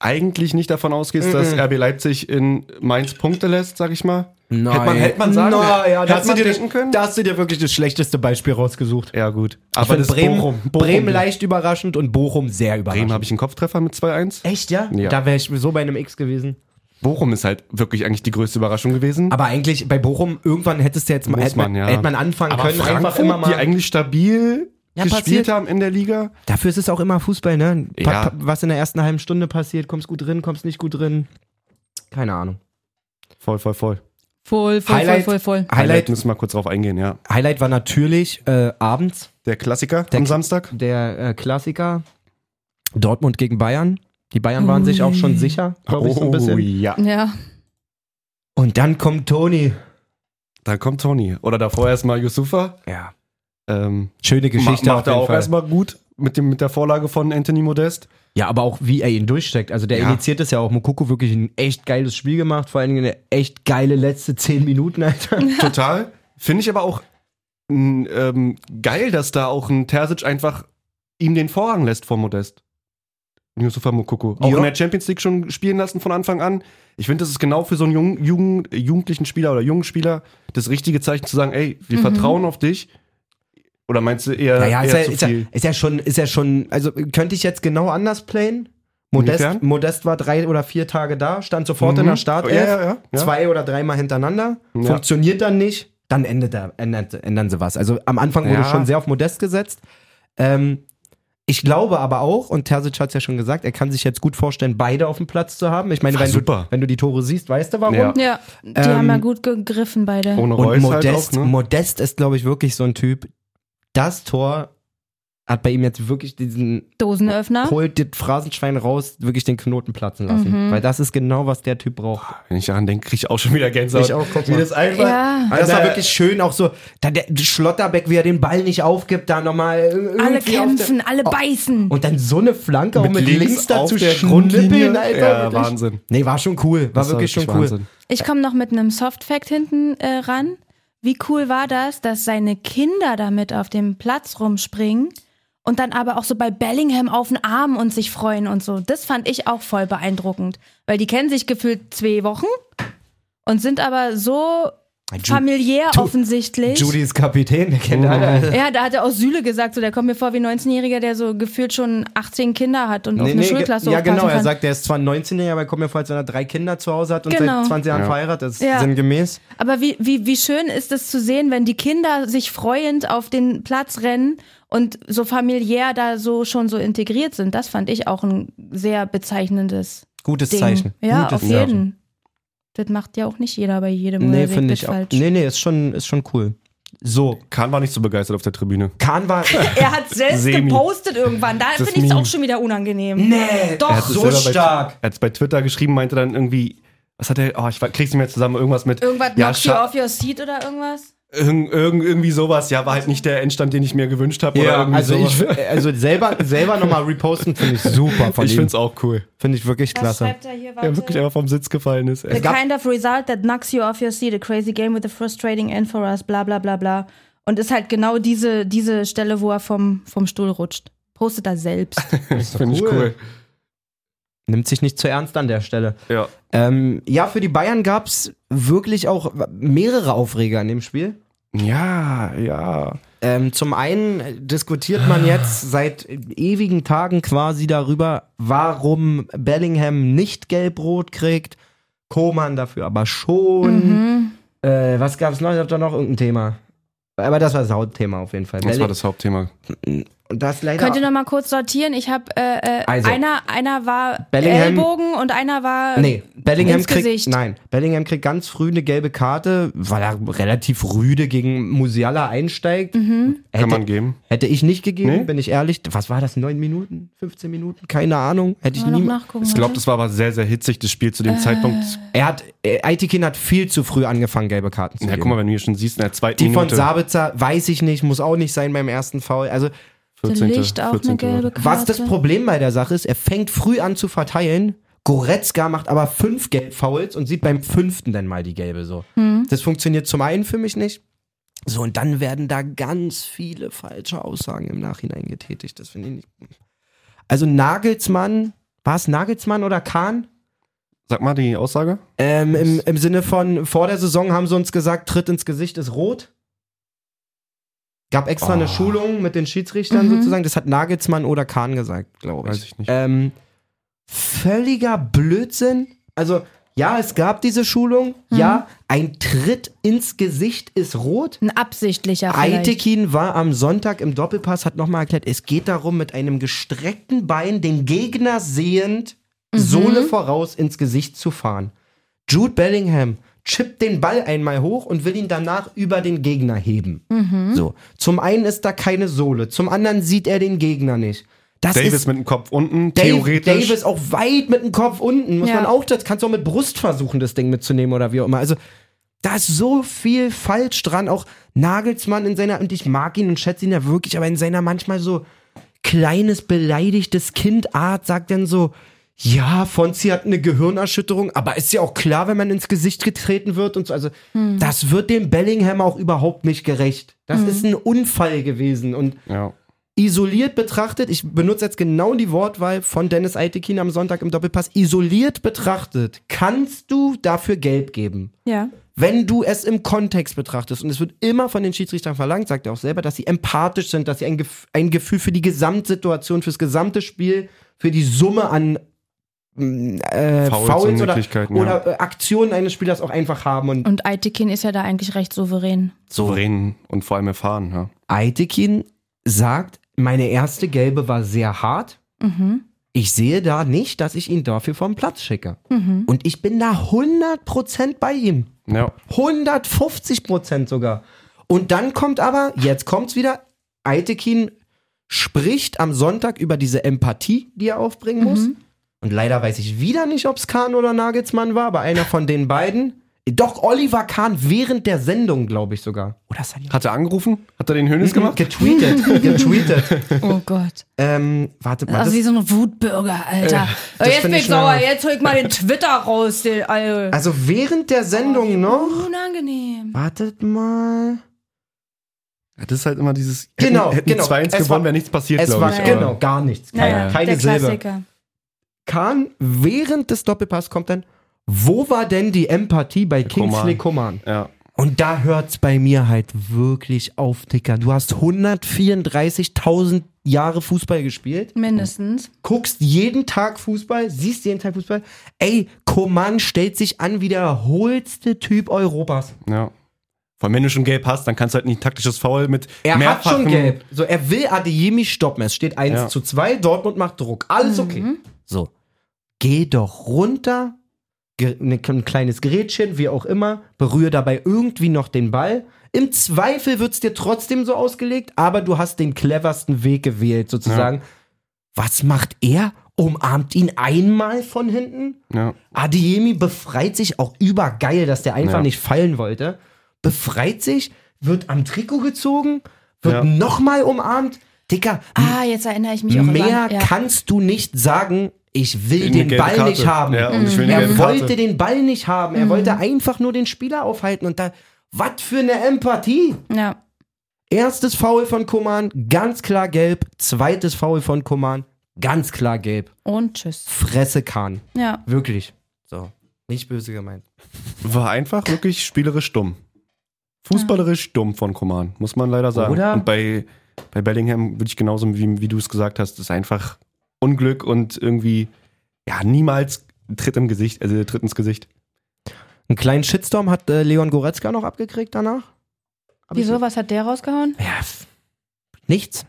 Speaker 2: eigentlich nicht davon ausgehst, dass RB Leipzig in Mainz Punkte lässt, sag ich mal.
Speaker 3: Nein.
Speaker 2: Hätte man- hätte man sagen-
Speaker 3: Na, ja,
Speaker 2: Hättest
Speaker 3: das
Speaker 2: du
Speaker 3: macht
Speaker 2: dir
Speaker 3: den-
Speaker 2: denken können?
Speaker 3: Da hast du dir wirklich das schlechteste Beispiel rausgesucht.
Speaker 2: Ja, gut.
Speaker 3: Ich fand Bremen,
Speaker 2: Bochum, Bochum,
Speaker 3: Bremen leicht überraschend und Bochum sehr überraschend.
Speaker 2: Bremen habe ich einen Kopftreffer mit 2-1.
Speaker 3: Echt, ja?
Speaker 2: Ja.
Speaker 3: Da wäre ich so bei einem X gewesen.
Speaker 2: Bochum ist halt wirklich eigentlich die größte Überraschung gewesen.
Speaker 3: Aber eigentlich bei Bochum, irgendwann hättest du jetzt mal,
Speaker 2: Muss
Speaker 3: hätte man,
Speaker 2: man, ja.
Speaker 3: hätte man anfangen können, einfach immer
Speaker 2: die
Speaker 3: mal.
Speaker 2: eigentlich stabil
Speaker 3: Ja,
Speaker 2: gespielt
Speaker 3: passiert.
Speaker 2: haben in der Liga.
Speaker 3: Dafür ist es auch immer Fußball, ne? Pa
Speaker 2: Ja.
Speaker 3: pa was in der ersten halben Stunde passiert, kommst gut drin, kommst nicht gut drin. Keine Ahnung.
Speaker 2: Voll, voll, voll.
Speaker 1: Voll, voll,
Speaker 3: Highlight-
Speaker 1: voll, voll, voll.
Speaker 2: Highlight
Speaker 3: Highlight,
Speaker 2: müssen wir kurz drauf eingehen, ja.
Speaker 3: Highlight war natürlich äh, abends
Speaker 2: Der Klassiker
Speaker 3: Der
Speaker 2: am
Speaker 3: Kl-
Speaker 2: Samstag.
Speaker 3: der äh, Klassiker Dortmund gegen Bayern. Die Bayern waren sich auch schon sicher, glaube ich, so ein bisschen.
Speaker 2: Oh, ja.
Speaker 1: Ja.
Speaker 3: Und dann kommt Toni.
Speaker 2: Da kommt Toni. Oder davor erstmal Yusufa.
Speaker 3: Ja.
Speaker 2: Ähm,
Speaker 3: Schöne Geschichte
Speaker 2: ma-
Speaker 3: auf
Speaker 2: macht er
Speaker 3: jeden
Speaker 2: auch
Speaker 3: Fall.
Speaker 2: erstmal gut mit, dem, mit der Vorlage von Anthony Modest.
Speaker 3: Ja, aber auch wie er ihn durchsteckt. Also der
Speaker 2: Ja.
Speaker 3: initiiert es ja auch. Mokoko wirklich ein echt geiles Spiel gemacht. Vor allen Dingen eine echt geile letzte 10 Minuten, Alter.
Speaker 2: Total. Finde ich aber auch n, ähm, geil, dass da auch ein Terzic einfach ihm den Vorrang lässt vor Modest. Yusufa Mokoko. Auch
Speaker 3: Ja.
Speaker 2: in der Champions League schon spielen lassen von Anfang an. Ich finde, das ist genau für so einen jungen, jungen, jugendlichen Spieler oder jungen Spieler das richtige Zeichen zu sagen, ey, wir vertrauen auf dich. Oder meinst du eher,
Speaker 3: Naja, ist
Speaker 2: eher
Speaker 3: ja,
Speaker 2: zu
Speaker 3: ist, ja,
Speaker 2: viel?
Speaker 3: ist ja schon, ist ja schon, also könnte ich jetzt genau anders playen? Modest,
Speaker 2: Inwiefern?
Speaker 3: Modest war drei oder vier Tage da, stand sofort in
Speaker 2: Mhm.
Speaker 3: der Startelf,
Speaker 2: Ja, ja, ja, ja.
Speaker 3: zwei oder dreimal hintereinander,
Speaker 2: Ja.
Speaker 3: funktioniert dann nicht, dann ändert er, ändert, ändern sie was. Also am Anfang wurde
Speaker 2: Ja.
Speaker 3: schon sehr auf Modest gesetzt. Ähm, Ich glaube aber auch, und Terzic hat es ja schon gesagt, er kann sich jetzt gut vorstellen, beide auf dem Platz zu haben. Ich meine,
Speaker 2: War
Speaker 3: wenn du,
Speaker 2: Ah, super.
Speaker 3: wenn du die Tore siehst, weißt du warum.
Speaker 2: Ja.
Speaker 1: Ja, die haben ja gut gegriffen beide.
Speaker 2: Ohne
Speaker 3: Ähm, Und
Speaker 2: Reus
Speaker 3: Modest,
Speaker 2: halt auch, ne?
Speaker 3: Modest ist, glaube ich, wirklich so ein Typ. Das Tor hat bei ihm jetzt wirklich diesen
Speaker 1: Dosenöffner.
Speaker 3: holt das Phrasenschwein raus, wirklich den Knoten platzen lassen. Weil das ist genau, was der Typ braucht.
Speaker 2: Wenn ich daran denke, kriege ich auch schon wieder Gänsehaut.
Speaker 3: Ich auch, guck
Speaker 2: Wie
Speaker 3: mal.
Speaker 2: das einfach. Also
Speaker 1: Ja.
Speaker 3: Das
Speaker 2: Alter,
Speaker 3: war wirklich schön, auch so, da der Schlotterbeck, wie er den Ball nicht aufgibt, da nochmal äh, irgendwie
Speaker 1: Alle
Speaker 3: auf der-
Speaker 1: kämpfen, alle beißen.
Speaker 3: Oh. Und dann so eine Flanke auch
Speaker 2: Mit
Speaker 3: mit
Speaker 2: links
Speaker 3: links, dazu
Speaker 2: auf der
Speaker 3: schnippeln,
Speaker 2: Grundlinie.
Speaker 3: Alter.
Speaker 2: Ja,
Speaker 3: wirklich.
Speaker 2: Wahnsinn.
Speaker 3: Nee, war schon cool. War
Speaker 2: das
Speaker 3: wirklich schon cool.
Speaker 2: Wahnsinn.
Speaker 1: Ich komme noch mit einem Softfact hinten äh, ran. Wie cool war das, dass seine Kinder damit auf dem Platz rumspringen und dann aber auch so bei Bellingham auf den Arm und sich freuen und so. Das fand ich auch voll beeindruckend, weil die kennen sich gefühlt zwei Wochen und sind aber so
Speaker 3: Äh, Ju-
Speaker 1: familiär
Speaker 3: Ju-
Speaker 1: offensichtlich.
Speaker 3: Judy ist Kapitän, der
Speaker 2: Oh.
Speaker 3: kennt alle.
Speaker 1: Ja, da hat er auch Süle gesagt, so der kommt mir vor wie ein 19-Jähriger, der so gefühlt schon 18 Kinder hat und auf eine Schulklasse
Speaker 3: ja, genau.
Speaker 1: aufpassen
Speaker 3: Er
Speaker 1: kann.
Speaker 3: sagt, er ist zwar 19-Jähriger, aber er kommt mir vor, als wenn er drei Kinder zu Hause hat und
Speaker 1: Genau.
Speaker 3: seit 20 Jahren
Speaker 2: Ja.
Speaker 3: verheiratet ist.
Speaker 1: Ja.
Speaker 3: Sinngemäß.
Speaker 1: Aber wie, wie, wie schön ist es zu sehen, wenn die Kinder sich freuend auf den Platz rennen und so familiär da so schon so integriert sind. Das fand ich auch ein sehr bezeichnendes
Speaker 3: Gutes
Speaker 1: Ding.
Speaker 3: Zeichen.
Speaker 1: Ja, auf
Speaker 3: Gutes
Speaker 1: jeden. Das macht ja auch nicht jeder bei jedem. oder
Speaker 3: Nee,
Speaker 1: sehe
Speaker 3: finde
Speaker 1: das
Speaker 3: ich auch.
Speaker 1: falsch.
Speaker 3: Nee, nee, ist schon, ist schon cool. So,
Speaker 2: Kahn Oh, war nicht so begeistert auf der Tribüne.
Speaker 3: Kahn war.
Speaker 1: Er hat selbst
Speaker 2: Semi.
Speaker 1: gepostet irgendwann. Da
Speaker 2: Das
Speaker 1: finde ich es auch
Speaker 2: Meme.
Speaker 1: schon wieder unangenehm.
Speaker 3: nee,
Speaker 1: Doch.
Speaker 2: Er
Speaker 1: Ach,
Speaker 2: hat es
Speaker 3: so
Speaker 2: selber bei-
Speaker 3: stark.
Speaker 2: Er hat es bei Twitter geschrieben, meinte dann irgendwie, was hat er, oh, ich krieg's nicht mehr zusammen, irgendwas mit.
Speaker 1: Irgendwas
Speaker 2: ja,
Speaker 1: knocks you
Speaker 2: scha-
Speaker 1: off your seat oder irgendwas?
Speaker 2: irg irg irgendwie sowas, ja, war halt nicht der Endstand, den ich mir gewünscht habe. oder
Speaker 3: Ja,
Speaker 2: irgendwie
Speaker 3: also,
Speaker 2: sowas.
Speaker 3: ich, also selber, selber nochmal reposten finde ich super von
Speaker 2: ich
Speaker 3: ihm.
Speaker 2: find's auch cool.
Speaker 3: Finde ich wirklich
Speaker 1: Was
Speaker 3: klasse.
Speaker 1: schreibt er hier?
Speaker 2: Der wirklich
Speaker 1: Warte.
Speaker 2: einfach vom Sitz gefallen ist.
Speaker 1: The
Speaker 2: Ey.
Speaker 3: gab-
Speaker 1: kind of result that knocks you off your seat, a crazy game with a frustrating end for us, bla bla bla bla. Und ist halt genau diese, diese Stelle, wo er vom, vom Stuhl rutscht. Postet er selbst.
Speaker 2: Finde ich
Speaker 3: cool.
Speaker 2: cool.
Speaker 3: Nimmt sich nicht zu ernst an der Stelle.
Speaker 2: Ja.
Speaker 3: Ähm, ja, für die Bayern gab es wirklich auch mehrere Aufreger in dem Spiel.
Speaker 2: Ja, ja.
Speaker 3: Ähm, zum einen diskutiert man jetzt seit ewigen Tagen quasi darüber, warum Bellingham nicht gelb-rot kriegt, Koman dafür aber schon. Äh, was gab es noch? Ich hab da noch irgendein Thema. Aber das war das Hauptthema auf jeden Fall.
Speaker 2: Das war
Speaker 3: Belling-
Speaker 2: das Hauptthema.
Speaker 3: Und das leider
Speaker 1: Könnt ihr nochmal kurz sortieren? Ich habe äh, äh,
Speaker 3: Also.
Speaker 1: einer, einer war
Speaker 3: Bellingham-
Speaker 1: Ellbogen und einer war.
Speaker 3: Nee, Bellingham
Speaker 1: Äh, ins
Speaker 3: kriegt
Speaker 1: Gesicht.
Speaker 3: nein, Bellingham kriegt ganz früh eine gelbe Karte, weil er relativ rüde gegen Musiala einsteigt.
Speaker 1: Mhm.
Speaker 3: Hätte,
Speaker 2: Kann man geben.
Speaker 3: hätte ich nicht gegeben,
Speaker 2: Nee?
Speaker 3: bin ich ehrlich. Was war das? Neun Minuten, 15 Minuten, keine Ahnung. Hätte ich
Speaker 1: Mal noch
Speaker 3: nie.
Speaker 1: nachgucken.
Speaker 2: Ich glaube, das war aber sehr, sehr hitzig, das Spiel zu
Speaker 1: Äh,
Speaker 2: dem Zeitpunkt.
Speaker 3: Er hat äh, Aitekin hat viel zu früh angefangen gelbe Karten zu
Speaker 2: Ja,
Speaker 3: geben.
Speaker 2: guck mal, wenn du hier schon siehst, in der zweiten
Speaker 3: Die von
Speaker 2: Minute.
Speaker 3: Sabitzer weiß ich nicht, muss auch nicht sein beim ersten Foul. Also,
Speaker 2: 14.,
Speaker 1: Licht auch eine
Speaker 2: 14.
Speaker 1: gelbe Karte.
Speaker 3: was das Problem bei der Sache ist, er fängt früh an zu verteilen. Goretzka macht aber fünf Gelb-Fouls und sieht beim fünften dann mal die gelbe so. Das funktioniert zum einen für mich nicht. So, und dann werden da ganz viele falsche Aussagen im Nachhinein getätigt. Das finde ich nicht. Also Nagelsmann, war es Nagelsmann oder Kahn?
Speaker 2: Sag mal die Aussage.
Speaker 3: Ähm, im, Im Sinne von, vor der Saison haben sie uns gesagt, Tritt ins Gesicht ist rot. Gab extra eine
Speaker 2: Oh.
Speaker 3: Schulung mit den Schiedsrichtern
Speaker 1: Mhm.
Speaker 3: sozusagen. Das hat Nagelsmann oder Kahn gesagt, glaube ich.
Speaker 2: Weiß ich nicht.
Speaker 3: Ähm, völliger Blödsinn. Also, ja, es gab diese Schulung. Ja, ein Tritt ins Gesicht ist rot.
Speaker 1: Ein absichtlicher. vielleicht.
Speaker 3: Aitekin war am Sonntag im Doppelpass, hat nochmal erklärt, es geht darum, mit einem gestreckten Bein den Gegner sehend Sohle voraus ins Gesicht zu fahren. Jude Bellingham chippt den Ball einmal hoch und will ihn danach über den Gegner heben. So. Zum einen ist da keine Sohle, zum anderen sieht er den Gegner nicht. Das
Speaker 2: Davis
Speaker 3: ist
Speaker 2: mit dem Kopf unten,
Speaker 3: Dave-
Speaker 2: theoretisch.
Speaker 3: Davis auch weit mit dem Kopf unten. Muss
Speaker 1: Ja.
Speaker 3: man auch, das kannst du auch mit Brust versuchen, das Ding mitzunehmen oder wie auch immer. Also, da ist so viel falsch dran. Auch Nagelsmann in seiner, und ich mag ihn und schätze ihn ja wirklich, aber in seiner manchmal so kleines, beleidigtes Kindart sagt dann so, ja, Fonzi hat eine Gehirnerschütterung, aber ist ja auch klar, wenn man ins Gesicht getreten wird und so. Also, das wird dem Bellingham auch überhaupt nicht gerecht. Das ist ein Unfall gewesen und
Speaker 2: ja.
Speaker 3: isoliert betrachtet, ich benutze jetzt genau die Wortwahl von Dennis Aitekin am Sonntag im Doppelpass, isoliert betrachtet, kannst du dafür gelb geben.
Speaker 1: Ja.
Speaker 3: Wenn du es im Kontext betrachtest, und es wird immer von den Schiedsrichtern verlangt, sagt er auch selber, dass sie empathisch sind, dass sie ein, Gef ein Gefühl für die Gesamtsituation, fürs gesamte Spiel, für die Summe an mm, äh,
Speaker 2: Fouls
Speaker 3: Fouls,
Speaker 2: und
Speaker 3: oder,
Speaker 2: Möglichkeiten,
Speaker 3: oder äh, Aktionen eines Spielers auch einfach haben. Und
Speaker 1: Und Aitekin ist ja da eigentlich recht souverän.
Speaker 2: Souverän und vor allem erfahren, ja.
Speaker 3: Aitekin sagt, Meine erste gelbe war sehr hart. Ich sehe da nicht, dass ich ihn dafür vom Platz schicke. Und ich bin da 100% bei ihm.
Speaker 2: Ja.
Speaker 3: 150 Prozent sogar. Und dann kommt aber, jetzt kommt's wieder, Aitekin spricht am Sonntag über diese Empathie, die er aufbringen muss. Und leider weiß ich wieder nicht, ob's Kahn oder Nagelsmann war, aber einer von den beiden. Doch, Oliver Kahn während der Sendung, glaube ich sogar. Oder ist er
Speaker 2: Hat er angerufen? Hat er den Hönes gemacht?
Speaker 3: Getweetet, getweetet.
Speaker 1: Oh Gott.
Speaker 3: ähm, warte mal.
Speaker 1: Also
Speaker 3: das- Äh,
Speaker 1: wie so ein Wutbürger, Alter. Oh,
Speaker 3: das
Speaker 1: jetzt
Speaker 3: find
Speaker 1: bin
Speaker 3: ich
Speaker 1: ich sauer,
Speaker 3: nur-
Speaker 1: jetzt hol ich mal den Twitter raus, den Alter.
Speaker 3: also während der Sendung noch.
Speaker 1: Unangenehm.
Speaker 3: Wartet mal.
Speaker 2: Ja, das ist halt immer dieses.
Speaker 3: Genau,
Speaker 2: hätten, hätten
Speaker 3: genau.
Speaker 2: 2-1
Speaker 3: Es war-
Speaker 2: gewonnen, wäre nichts passiert,
Speaker 3: Es
Speaker 2: glaube
Speaker 3: war
Speaker 2: ich.
Speaker 1: aber-
Speaker 3: genau gar nichts. Keine,
Speaker 1: Naja,
Speaker 3: keine
Speaker 1: der
Speaker 3: Silbe.
Speaker 1: Klassiker.
Speaker 3: Kahn während des Doppelpass kommt dann, wo war denn die Empathie bei
Speaker 2: Coman.
Speaker 3: Kingsley Coman?
Speaker 2: Ja.
Speaker 3: Und da hört's bei mir halt wirklich auf, Dicker. Du hast 134.000 Jahre Fußball gespielt,
Speaker 1: Mindestens.
Speaker 3: guckst jeden Tag Fußball, siehst jeden Tag Fußball. Ey, Coman stellt sich an wie der hohlste Typ Europas.
Speaker 2: ja. Vor allem, wenn du schon gelb hast, dann kannst du halt nicht ein taktisches Foul mit
Speaker 3: Er hat
Speaker 2: mehrfachen-
Speaker 3: schon gelb. So, er will Adeyemi stoppen. Es steht 1
Speaker 2: Ja.
Speaker 3: zu 2, Dortmund macht Druck. Alles okay. So. Geh doch runter, ge ne, ein kleines Gerätchen, wie auch immer, berühre dabei irgendwie noch den Ball. Im Zweifel wird es dir trotzdem so ausgelegt, aber du hast den cleversten Weg gewählt, sozusagen. Was macht er? Umarmt ihn einmal von hinten?
Speaker 2: Ja.
Speaker 3: Adiemi befreit sich auch übergeil, dass der einfach
Speaker 2: Ja.
Speaker 3: nicht fallen wollte. Befreit sich, wird am Trikot gezogen,
Speaker 2: Ja.
Speaker 3: wird nochmal umarmt. Dicker,
Speaker 1: Ah, jetzt erinnere ich mich auch
Speaker 3: mehr
Speaker 1: dran. Ja.
Speaker 3: kannst du nicht sagen, ich will
Speaker 2: Eine
Speaker 3: den
Speaker 2: gelbe
Speaker 3: Ball
Speaker 2: Karte.
Speaker 3: nicht haben. Hm. Mhm.
Speaker 2: Ja, und ich will eine gelbe
Speaker 3: Er
Speaker 2: Karte.
Speaker 3: wollte den Ball nicht haben.
Speaker 1: Mhm.
Speaker 3: Er wollte einfach nur den Spieler aufhalten. Und da, was für eine Empathie.
Speaker 1: Ja.
Speaker 3: Erstes Foul von Koman, ganz klar gelb. Zweites Foul von Koman, ganz klar gelb.
Speaker 1: Und tschüss.
Speaker 3: Fresse Kahn.
Speaker 1: Ja.
Speaker 3: Wirklich. So. Nicht böse gemeint.
Speaker 2: War einfach wirklich spielerisch dumm. Fußballerisch dumm von Coman, muss man leider sagen.
Speaker 3: Oder?
Speaker 2: Und bei, bei Bellingham würde ich genauso, wie, wie du es gesagt hast, ist einfach Unglück und irgendwie, ja, niemals tritt im Gesicht, also tritt ins Gesicht.
Speaker 3: Einen kleinen Shitstorm hat äh, Leon Goretzka noch abgekriegt danach? Hab ich
Speaker 1: Wieso,
Speaker 3: so-
Speaker 1: was hat der rausgehauen?
Speaker 3: Ja, pf, nichts.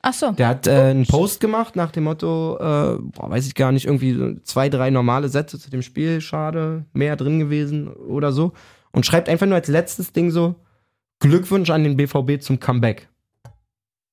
Speaker 1: Ach so.
Speaker 3: Der hat äh, einen Post gemacht nach dem Motto, äh, boah, weiß ich gar nicht, irgendwie so zwei, drei normale Sätze zu dem Spiel, schade, mehr drin gewesen oder so. Und schreibt einfach nur als letztes Ding so, Glückwunsch an den BVB zum Comeback.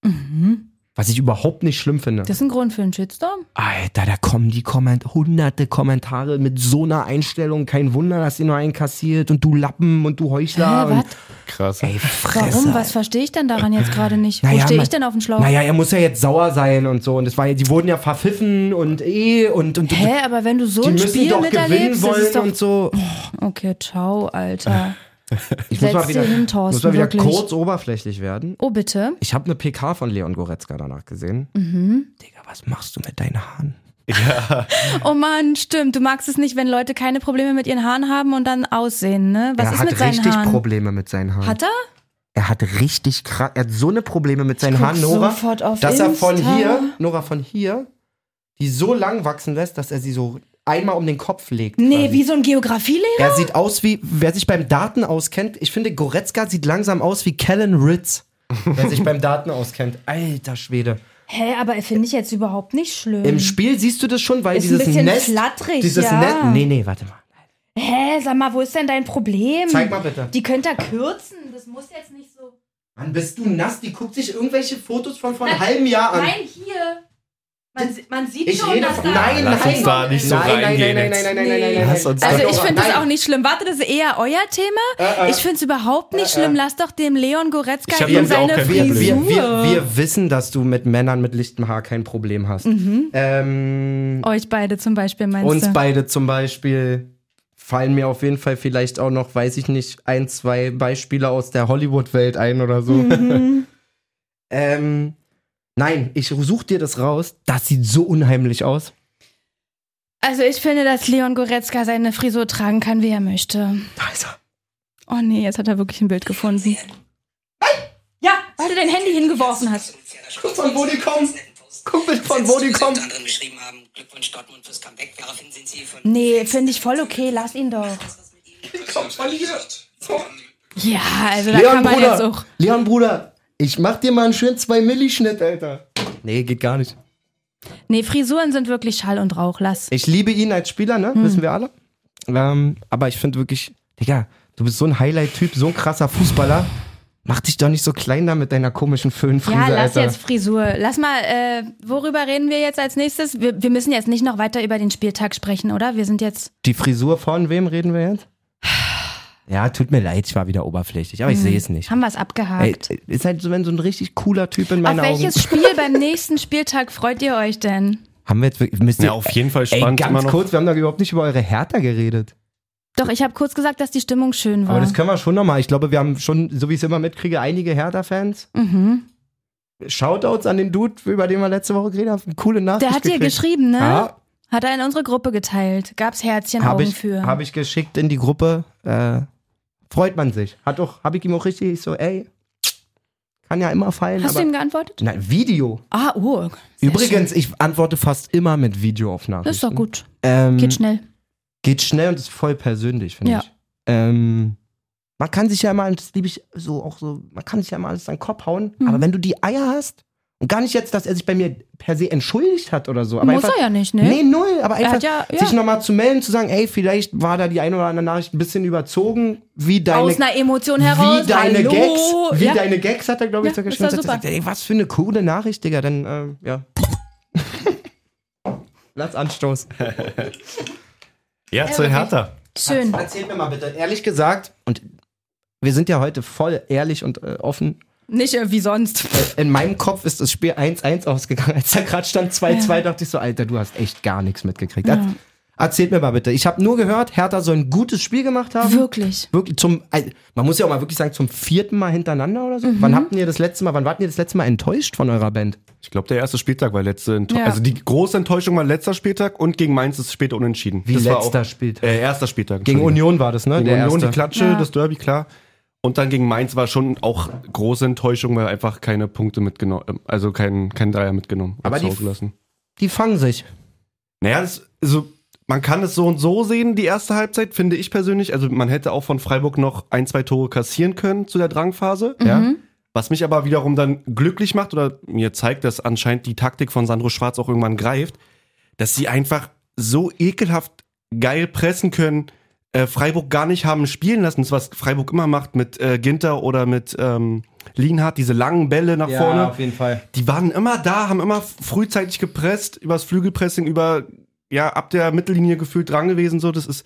Speaker 1: Mhm.
Speaker 3: Was ich überhaupt nicht schlimm finde.
Speaker 1: Das ist ein Grund für einen Shitstorm?
Speaker 3: Alter, da kommen die Komment hunderte Kommentare mit so einer Einstellung. Kein Wunder, dass ihr nur einen kassiert und du Lappen und du Heuchler.
Speaker 1: Hä,
Speaker 3: und,
Speaker 1: was?
Speaker 2: Krass.
Speaker 3: ey, Fresse.
Speaker 1: Warum? Was verstehe ich denn daran jetzt gerade nicht?
Speaker 3: Naja,
Speaker 1: Wo stehe
Speaker 3: man-
Speaker 1: ich denn auf dem Schlauch?
Speaker 3: Naja, er muss ja jetzt sauer sein und so. Und das war ja, die wurden ja verpfiffen und eh und, und
Speaker 1: Hä, aber wenn du so
Speaker 3: die
Speaker 1: ein
Speaker 3: müssen
Speaker 1: Spiel
Speaker 3: doch gewinnen
Speaker 1: miterlebst, das
Speaker 3: wollen
Speaker 1: ist doch.
Speaker 3: und so.
Speaker 1: Okay, ciao, Alter.
Speaker 3: Ich
Speaker 1: setz dir hin, Thorsten,
Speaker 3: muss mal wieder
Speaker 1: wirklich.
Speaker 3: kurz oberflächlich werden.
Speaker 1: Oh, bitte.
Speaker 3: Ich habe eine PK von Leon Goretzka danach gesehen.
Speaker 1: Mhm.
Speaker 3: Digga, was machst du mit deinen Haaren?
Speaker 1: Oh Mann, stimmt. Du magst es nicht, wenn Leute keine Probleme mit ihren Haaren haben und dann aussehen, ne? Was
Speaker 3: er
Speaker 1: ist
Speaker 3: hat
Speaker 1: mit seinen
Speaker 3: richtig
Speaker 1: Haaren?
Speaker 3: Probleme mit seinen Haaren.
Speaker 1: Hat er?
Speaker 3: er hat richtig krass, er hat so eine Probleme mit seinen
Speaker 1: guck
Speaker 3: Haaren, Nora,
Speaker 1: sofort auf
Speaker 3: dass er von
Speaker 1: Insta.
Speaker 3: hier, Nora von hier, die so lang wachsen lässt, dass er sie so einmal um den Kopf legt.
Speaker 1: Nee,
Speaker 3: quasi.
Speaker 1: wie so ein Geografielehrer?
Speaker 3: Er sieht aus wie, wer sich beim Daten auskennt, ich finde, Goretzka sieht langsam aus wie Kellen Ritz. Wer sich beim Daten auskennt. Alter Schwede.
Speaker 1: Hä, aber finde ich jetzt überhaupt nicht schlimm.
Speaker 3: Im Spiel siehst du das schon, weil
Speaker 1: Mhm. Ist ein
Speaker 3: dieses
Speaker 1: bisschen
Speaker 3: Nest.
Speaker 1: flatterig,
Speaker 3: dieses
Speaker 1: ja.
Speaker 3: Nest. Nee, nee, warte mal.
Speaker 1: Hä, sag mal, wo ist denn dein Problem?
Speaker 3: Zeig mal bitte.
Speaker 1: Die könnt ihr kürzen. Das muss jetzt nicht so.
Speaker 3: Mann, bist du nass? Die guckt sich irgendwelche Fotos von vor einem halben Jahr an.
Speaker 1: Nein, hier. Man, si- man sieht
Speaker 3: Ich
Speaker 1: schon,
Speaker 3: rede
Speaker 1: dass
Speaker 3: von-
Speaker 1: da.
Speaker 3: Nein,
Speaker 2: Lass uns
Speaker 3: nein,
Speaker 2: da nicht so
Speaker 3: nein, nein,
Speaker 2: reingehen.
Speaker 3: nein, nein,
Speaker 2: jetzt.
Speaker 3: nein, nein, nein, nein, nein,
Speaker 2: Lass
Speaker 3: nein.
Speaker 2: uns
Speaker 1: Also
Speaker 2: da
Speaker 1: ich
Speaker 2: doch-
Speaker 1: finde das
Speaker 3: Nein. Äh,
Speaker 1: auch nicht schlimm. Warte, das ist eher euer Thema. Ich finde es überhaupt nicht schlimm. Lass doch dem Leon Goretzka
Speaker 2: Ich hab
Speaker 1: eben
Speaker 2: damit auch
Speaker 1: seine
Speaker 2: kein
Speaker 1: Frisur.
Speaker 2: Problem.
Speaker 3: Wir, wir, wir, wir wissen, dass du mit Männern mit lichtem Haar kein Problem hast.
Speaker 1: Mhm.
Speaker 3: Ähm,
Speaker 1: Euch beide zum Beispiel meinst
Speaker 3: uns
Speaker 1: du?
Speaker 3: beide zum Beispiel fallen mir auf jeden Fall vielleicht auch noch, weiß ich nicht, ein, zwei Beispiele aus der Hollywood-Welt ein oder so.
Speaker 1: Mhm.
Speaker 3: ähm, nein, ich such dir das raus. Das sieht so unheimlich aus.
Speaker 1: Also ich finde, dass Leon Goretzka seine Frisur tragen kann, wie er möchte.
Speaker 3: Da ist er.
Speaker 1: Oh nee, jetzt hat er wirklich ein Bild gefunden. Ja, weil du dein Handy hingeworfen hast.
Speaker 3: Guck mal, wo die kommen. Guck mal, von wo die kommen.
Speaker 5: anderen geschrieben haben, Glückwunsch Dortmund fürs Comeback. Daraufhin sind sie von
Speaker 1: Nee, finde ich voll okay. Lass ihn doch.
Speaker 3: Die kommen von hier.
Speaker 1: Ja, also da
Speaker 3: Leon
Speaker 1: kann man jetzt
Speaker 3: Bruder,
Speaker 1: auch.
Speaker 3: Leon Bruder, Ich mach dir mal einen schönen 2-Milli-Schnitt, Alter. Nee, geht gar nicht.
Speaker 1: Nee, Frisuren sind wirklich Schall und Rauch. Lass.
Speaker 3: Ich liebe ihn als Spieler, ne?
Speaker 1: Hm.
Speaker 3: Wissen wir alle. Ähm, aber ich finde wirklich, Digga, du bist so ein Highlight-Typ, so ein krasser Fußballer. Mach dich doch nicht so klein da mit deiner komischen Föhnfrise,
Speaker 1: Ja, lass
Speaker 3: Alter.
Speaker 1: jetzt Frisur. Lass mal, äh, worüber reden wir jetzt als nächstes? Wir, wir müssen jetzt nicht noch weiter über den Spieltag sprechen, oder? Wir sind jetzt.
Speaker 3: Die Frisur von wem reden wir jetzt? Ja, tut mir leid, ich war wieder oberflächlich, aber ich sehe es nicht.
Speaker 1: Hm. Haben wir es
Speaker 3: Ey,
Speaker 1: abgehakt?
Speaker 3: ist halt so, wenn so ein richtig cooler Typ in
Speaker 1: Auf
Speaker 3: meinen Augen.
Speaker 1: welches Spiel beim nächsten Spieltag freut ihr euch denn?
Speaker 3: Haben wir jetzt wirklich, müsst ihr,
Speaker 2: Ja, auf jeden Fall
Speaker 3: ey,
Speaker 2: spannend immer
Speaker 3: ganz
Speaker 2: noch.
Speaker 3: kurz, wir haben da überhaupt nicht über eure Hertha geredet.
Speaker 1: Doch, ich habe kurz gesagt, dass die Stimmung schön war.
Speaker 3: Aber das können wir schon nochmal. Ich glaube, wir haben schon, so wie ich es immer mitkriege, einige Hertha-Fans.
Speaker 1: Mhm.
Speaker 3: Shoutouts an den Dude, über den wir letzte Woche geredet haben. Coole Nachricht.
Speaker 1: Der hat dir
Speaker 3: gekriegt.
Speaker 1: geschrieben, ne?
Speaker 3: Ja.
Speaker 1: Hat er in unsere Gruppe geteilt. Gab's Herzchen
Speaker 3: Habe
Speaker 1: Augen
Speaker 3: ich,
Speaker 1: für.
Speaker 3: hab ich geschickt in die Gruppe. Äh, freut man sich. Hat auch, habe ich ihm auch richtig ich so, ey, kann ja immer fallen.
Speaker 1: Hast du
Speaker 3: aber,
Speaker 1: ihm geantwortet?
Speaker 3: Nein, Video.
Speaker 1: Ah, oh. sehr
Speaker 3: Übrigens, ich antworte fast immer mit Video auf
Speaker 1: schön.
Speaker 3: Nachrichten.
Speaker 1: Ist doch gut.
Speaker 3: Ähm,
Speaker 1: Geht schnell.
Speaker 3: geht schnell und ist voll persönlich, finde
Speaker 1: Ja.
Speaker 3: ich. Ähm, man kann sich ja immer, das liebe ich so auch so, man kann sich ja immer alles an den Kopf hauen,
Speaker 1: Mhm.
Speaker 3: aber wenn du die Eier hast und gar nicht jetzt, dass er sich bei mir per se entschuldigt hat oder so, aber
Speaker 1: Muss
Speaker 3: einfach,
Speaker 1: er ja nicht, ne?
Speaker 3: Nee, null, aber
Speaker 1: Er
Speaker 3: einfach
Speaker 1: hat ja- ja.
Speaker 3: sich nochmal zu melden, zu sagen, ey, vielleicht war da die eine oder andere Nachricht ein bisschen überzogen, wie deine,
Speaker 1: Aus einer Emotion heraus.
Speaker 3: wie deine
Speaker 1: Hallo.
Speaker 3: Gags, wie
Speaker 1: ja.
Speaker 3: deine Gags hat er, glaube ich,
Speaker 1: Ja, ist
Speaker 3: so geschrieben.
Speaker 1: doch
Speaker 3: Hat
Speaker 1: super.
Speaker 3: gesagt, ey, was für eine coole Nachricht, Digga, dann, ähm, ja. Lass anstoßen.
Speaker 2: Ja, zu Hertha.
Speaker 1: Schön.
Speaker 3: Erzähl mir mal bitte, ehrlich gesagt, und wir sind ja heute voll ehrlich und äh, offen.
Speaker 1: Nicht äh, wie sonst.
Speaker 3: In meinem Kopf ist das Spiel 1-1 ausgegangen. Als da gerade stand 2-2, dachte ich so, Alter, du hast echt gar nichts mitgekriegt. Er- Erzählt mir mal bitte. Ich habe nur gehört, Hertha soll ein gutes Spiel gemacht haben.
Speaker 1: Wirklich.
Speaker 3: Wirklich zum, also, man muss ja auch mal wirklich sagen, zum vierten Mal hintereinander oder so.
Speaker 1: Mhm.
Speaker 3: Wann habt ihr das letzte Mal, wann wart ihr das letzte Mal enttäuscht von eurer Band?
Speaker 2: Ich glaube, der erste Spieltag war letzte Enttäuschung.
Speaker 1: Ja.
Speaker 2: Also die große Enttäuschung war letzter Spieltag und gegen Mainz ist später unentschieden.
Speaker 3: Wie
Speaker 2: das war
Speaker 3: letzter
Speaker 2: auch,
Speaker 3: Spieltag?
Speaker 2: Äh, erster Spieltag.
Speaker 3: Gegen
Speaker 2: Entschuldigung.
Speaker 3: Union war das, ne?
Speaker 2: Gegen
Speaker 3: Der
Speaker 2: Union,
Speaker 3: erste.
Speaker 2: die Klatsche,
Speaker 1: Ja.
Speaker 2: das Derby, klar. Und dann gegen Mainz war schon auch große Enttäuschung, weil einfach keine Punkte mitgenommen, also kein, kein Dreier mitgenommen. und
Speaker 3: Aber
Speaker 2: zu
Speaker 3: die-
Speaker 2: Hause gelassen.
Speaker 3: Die fangen sich.
Speaker 2: Naja, das, also man kann es so und so sehen, die erste Halbzeit, finde ich persönlich. Also man hätte auch von Freiburg noch ein, zwei Tore kassieren können zu der Drangphase. Ja. Was mich aber wiederum dann glücklich macht oder mir zeigt, dass anscheinend die Taktik von Sandro Schwarz auch irgendwann greift, dass sie einfach so ekelhaft geil pressen können, äh, Freiburg gar nicht haben spielen lassen. Das, was Freiburg immer macht mit äh, Ginter oder mit ähm, Lienhardt, diese langen Bälle nach vorne
Speaker 3: jeden Fall.
Speaker 2: die waren immer da, haben immer frühzeitig gepresst, übers Flügelpressing, über, ja, ab der Mittellinie gefühlt dran gewesen, so, das ist,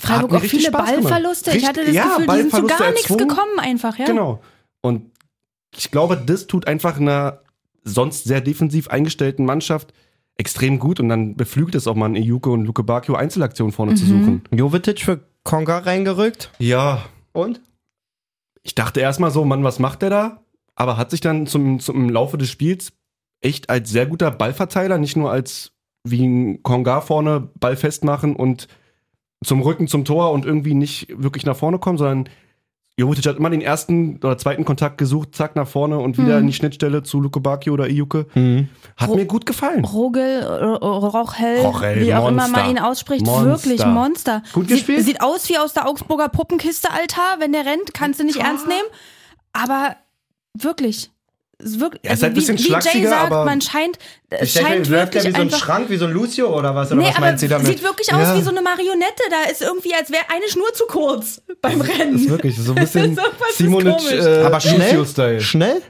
Speaker 2: Hat
Speaker 1: Freiburg
Speaker 2: mir
Speaker 1: auch
Speaker 2: richtig
Speaker 1: viele
Speaker 2: Spaß gemacht.
Speaker 1: Ballverluste. ich
Speaker 2: Richtig-
Speaker 1: hatte das
Speaker 2: ja,
Speaker 1: Gefühl, die sind zu
Speaker 2: Ballverluste
Speaker 1: gar nichts
Speaker 2: erzwungen.
Speaker 1: gekommen einfach, ja?
Speaker 2: genau. Und ich glaube, das tut einfach einer sonst sehr defensiv eingestellten Mannschaft extrem gut und dann beflügelt es auch mal einen Ejuke und Luke Bakio Einzelaktionen vorne zu suchen.
Speaker 3: Jovetic für Konga reingerückt.
Speaker 2: Ja,
Speaker 3: Und?
Speaker 2: ich dachte erstmal so, Mann, was macht der da? Aber hat sich dann zum, zum Laufe des Spiels echt als sehr guter Ballverteiler, nicht nur als wie ein Konga vorne Ball festmachen und zum Rücken zum Tor und irgendwie nicht wirklich nach vorne kommen, sondern Jovetic hat immer den ersten oder zweiten Kontakt gesucht, zack nach vorne und wieder in die Schnittstelle zu Luke Bakio oder Iuke. Hat
Speaker 1: Mhm. Ro-
Speaker 2: mir gut gefallen.
Speaker 1: Rogel, Ro- Ro- Rochel,
Speaker 2: Rochel,
Speaker 1: wie auch immer
Speaker 2: Monster.
Speaker 1: man ihn ausspricht,
Speaker 2: Monster.
Speaker 1: wirklich Monster.
Speaker 3: Gut
Speaker 1: sieht,
Speaker 3: gespielt?
Speaker 1: Sieht aus wie aus der Augsburger Puppenkiste, Alter. Wenn der rennt, kannst du nicht ernst nehmen. Aber wirklich. es ist Wirklich, also
Speaker 2: Ja, ist halt ein bisschen
Speaker 1: wie, wie Jay
Speaker 2: schlachsiger,
Speaker 1: sagt,
Speaker 2: aber
Speaker 1: man scheint, es
Speaker 3: Ich denke,
Speaker 1: scheint
Speaker 3: du läuft
Speaker 1: wirklich
Speaker 3: ja wie so ein
Speaker 1: einfach
Speaker 3: Schrank, wie so ein Lucio oder was? Oder
Speaker 1: Nee,
Speaker 3: was
Speaker 1: aber
Speaker 3: meint sie damit?
Speaker 1: sieht wirklich aus
Speaker 2: Ja.
Speaker 1: wie so eine Marionette. Da ist irgendwie, als wäre eine Schnur zu kurz beim Rennen.
Speaker 2: Ist wirklich so ein bisschen
Speaker 1: Das ist was ist
Speaker 2: Simonic
Speaker 1: komisch.
Speaker 2: äh,
Speaker 3: aber schnell,
Speaker 2: Lucio-Style.
Speaker 3: schnell?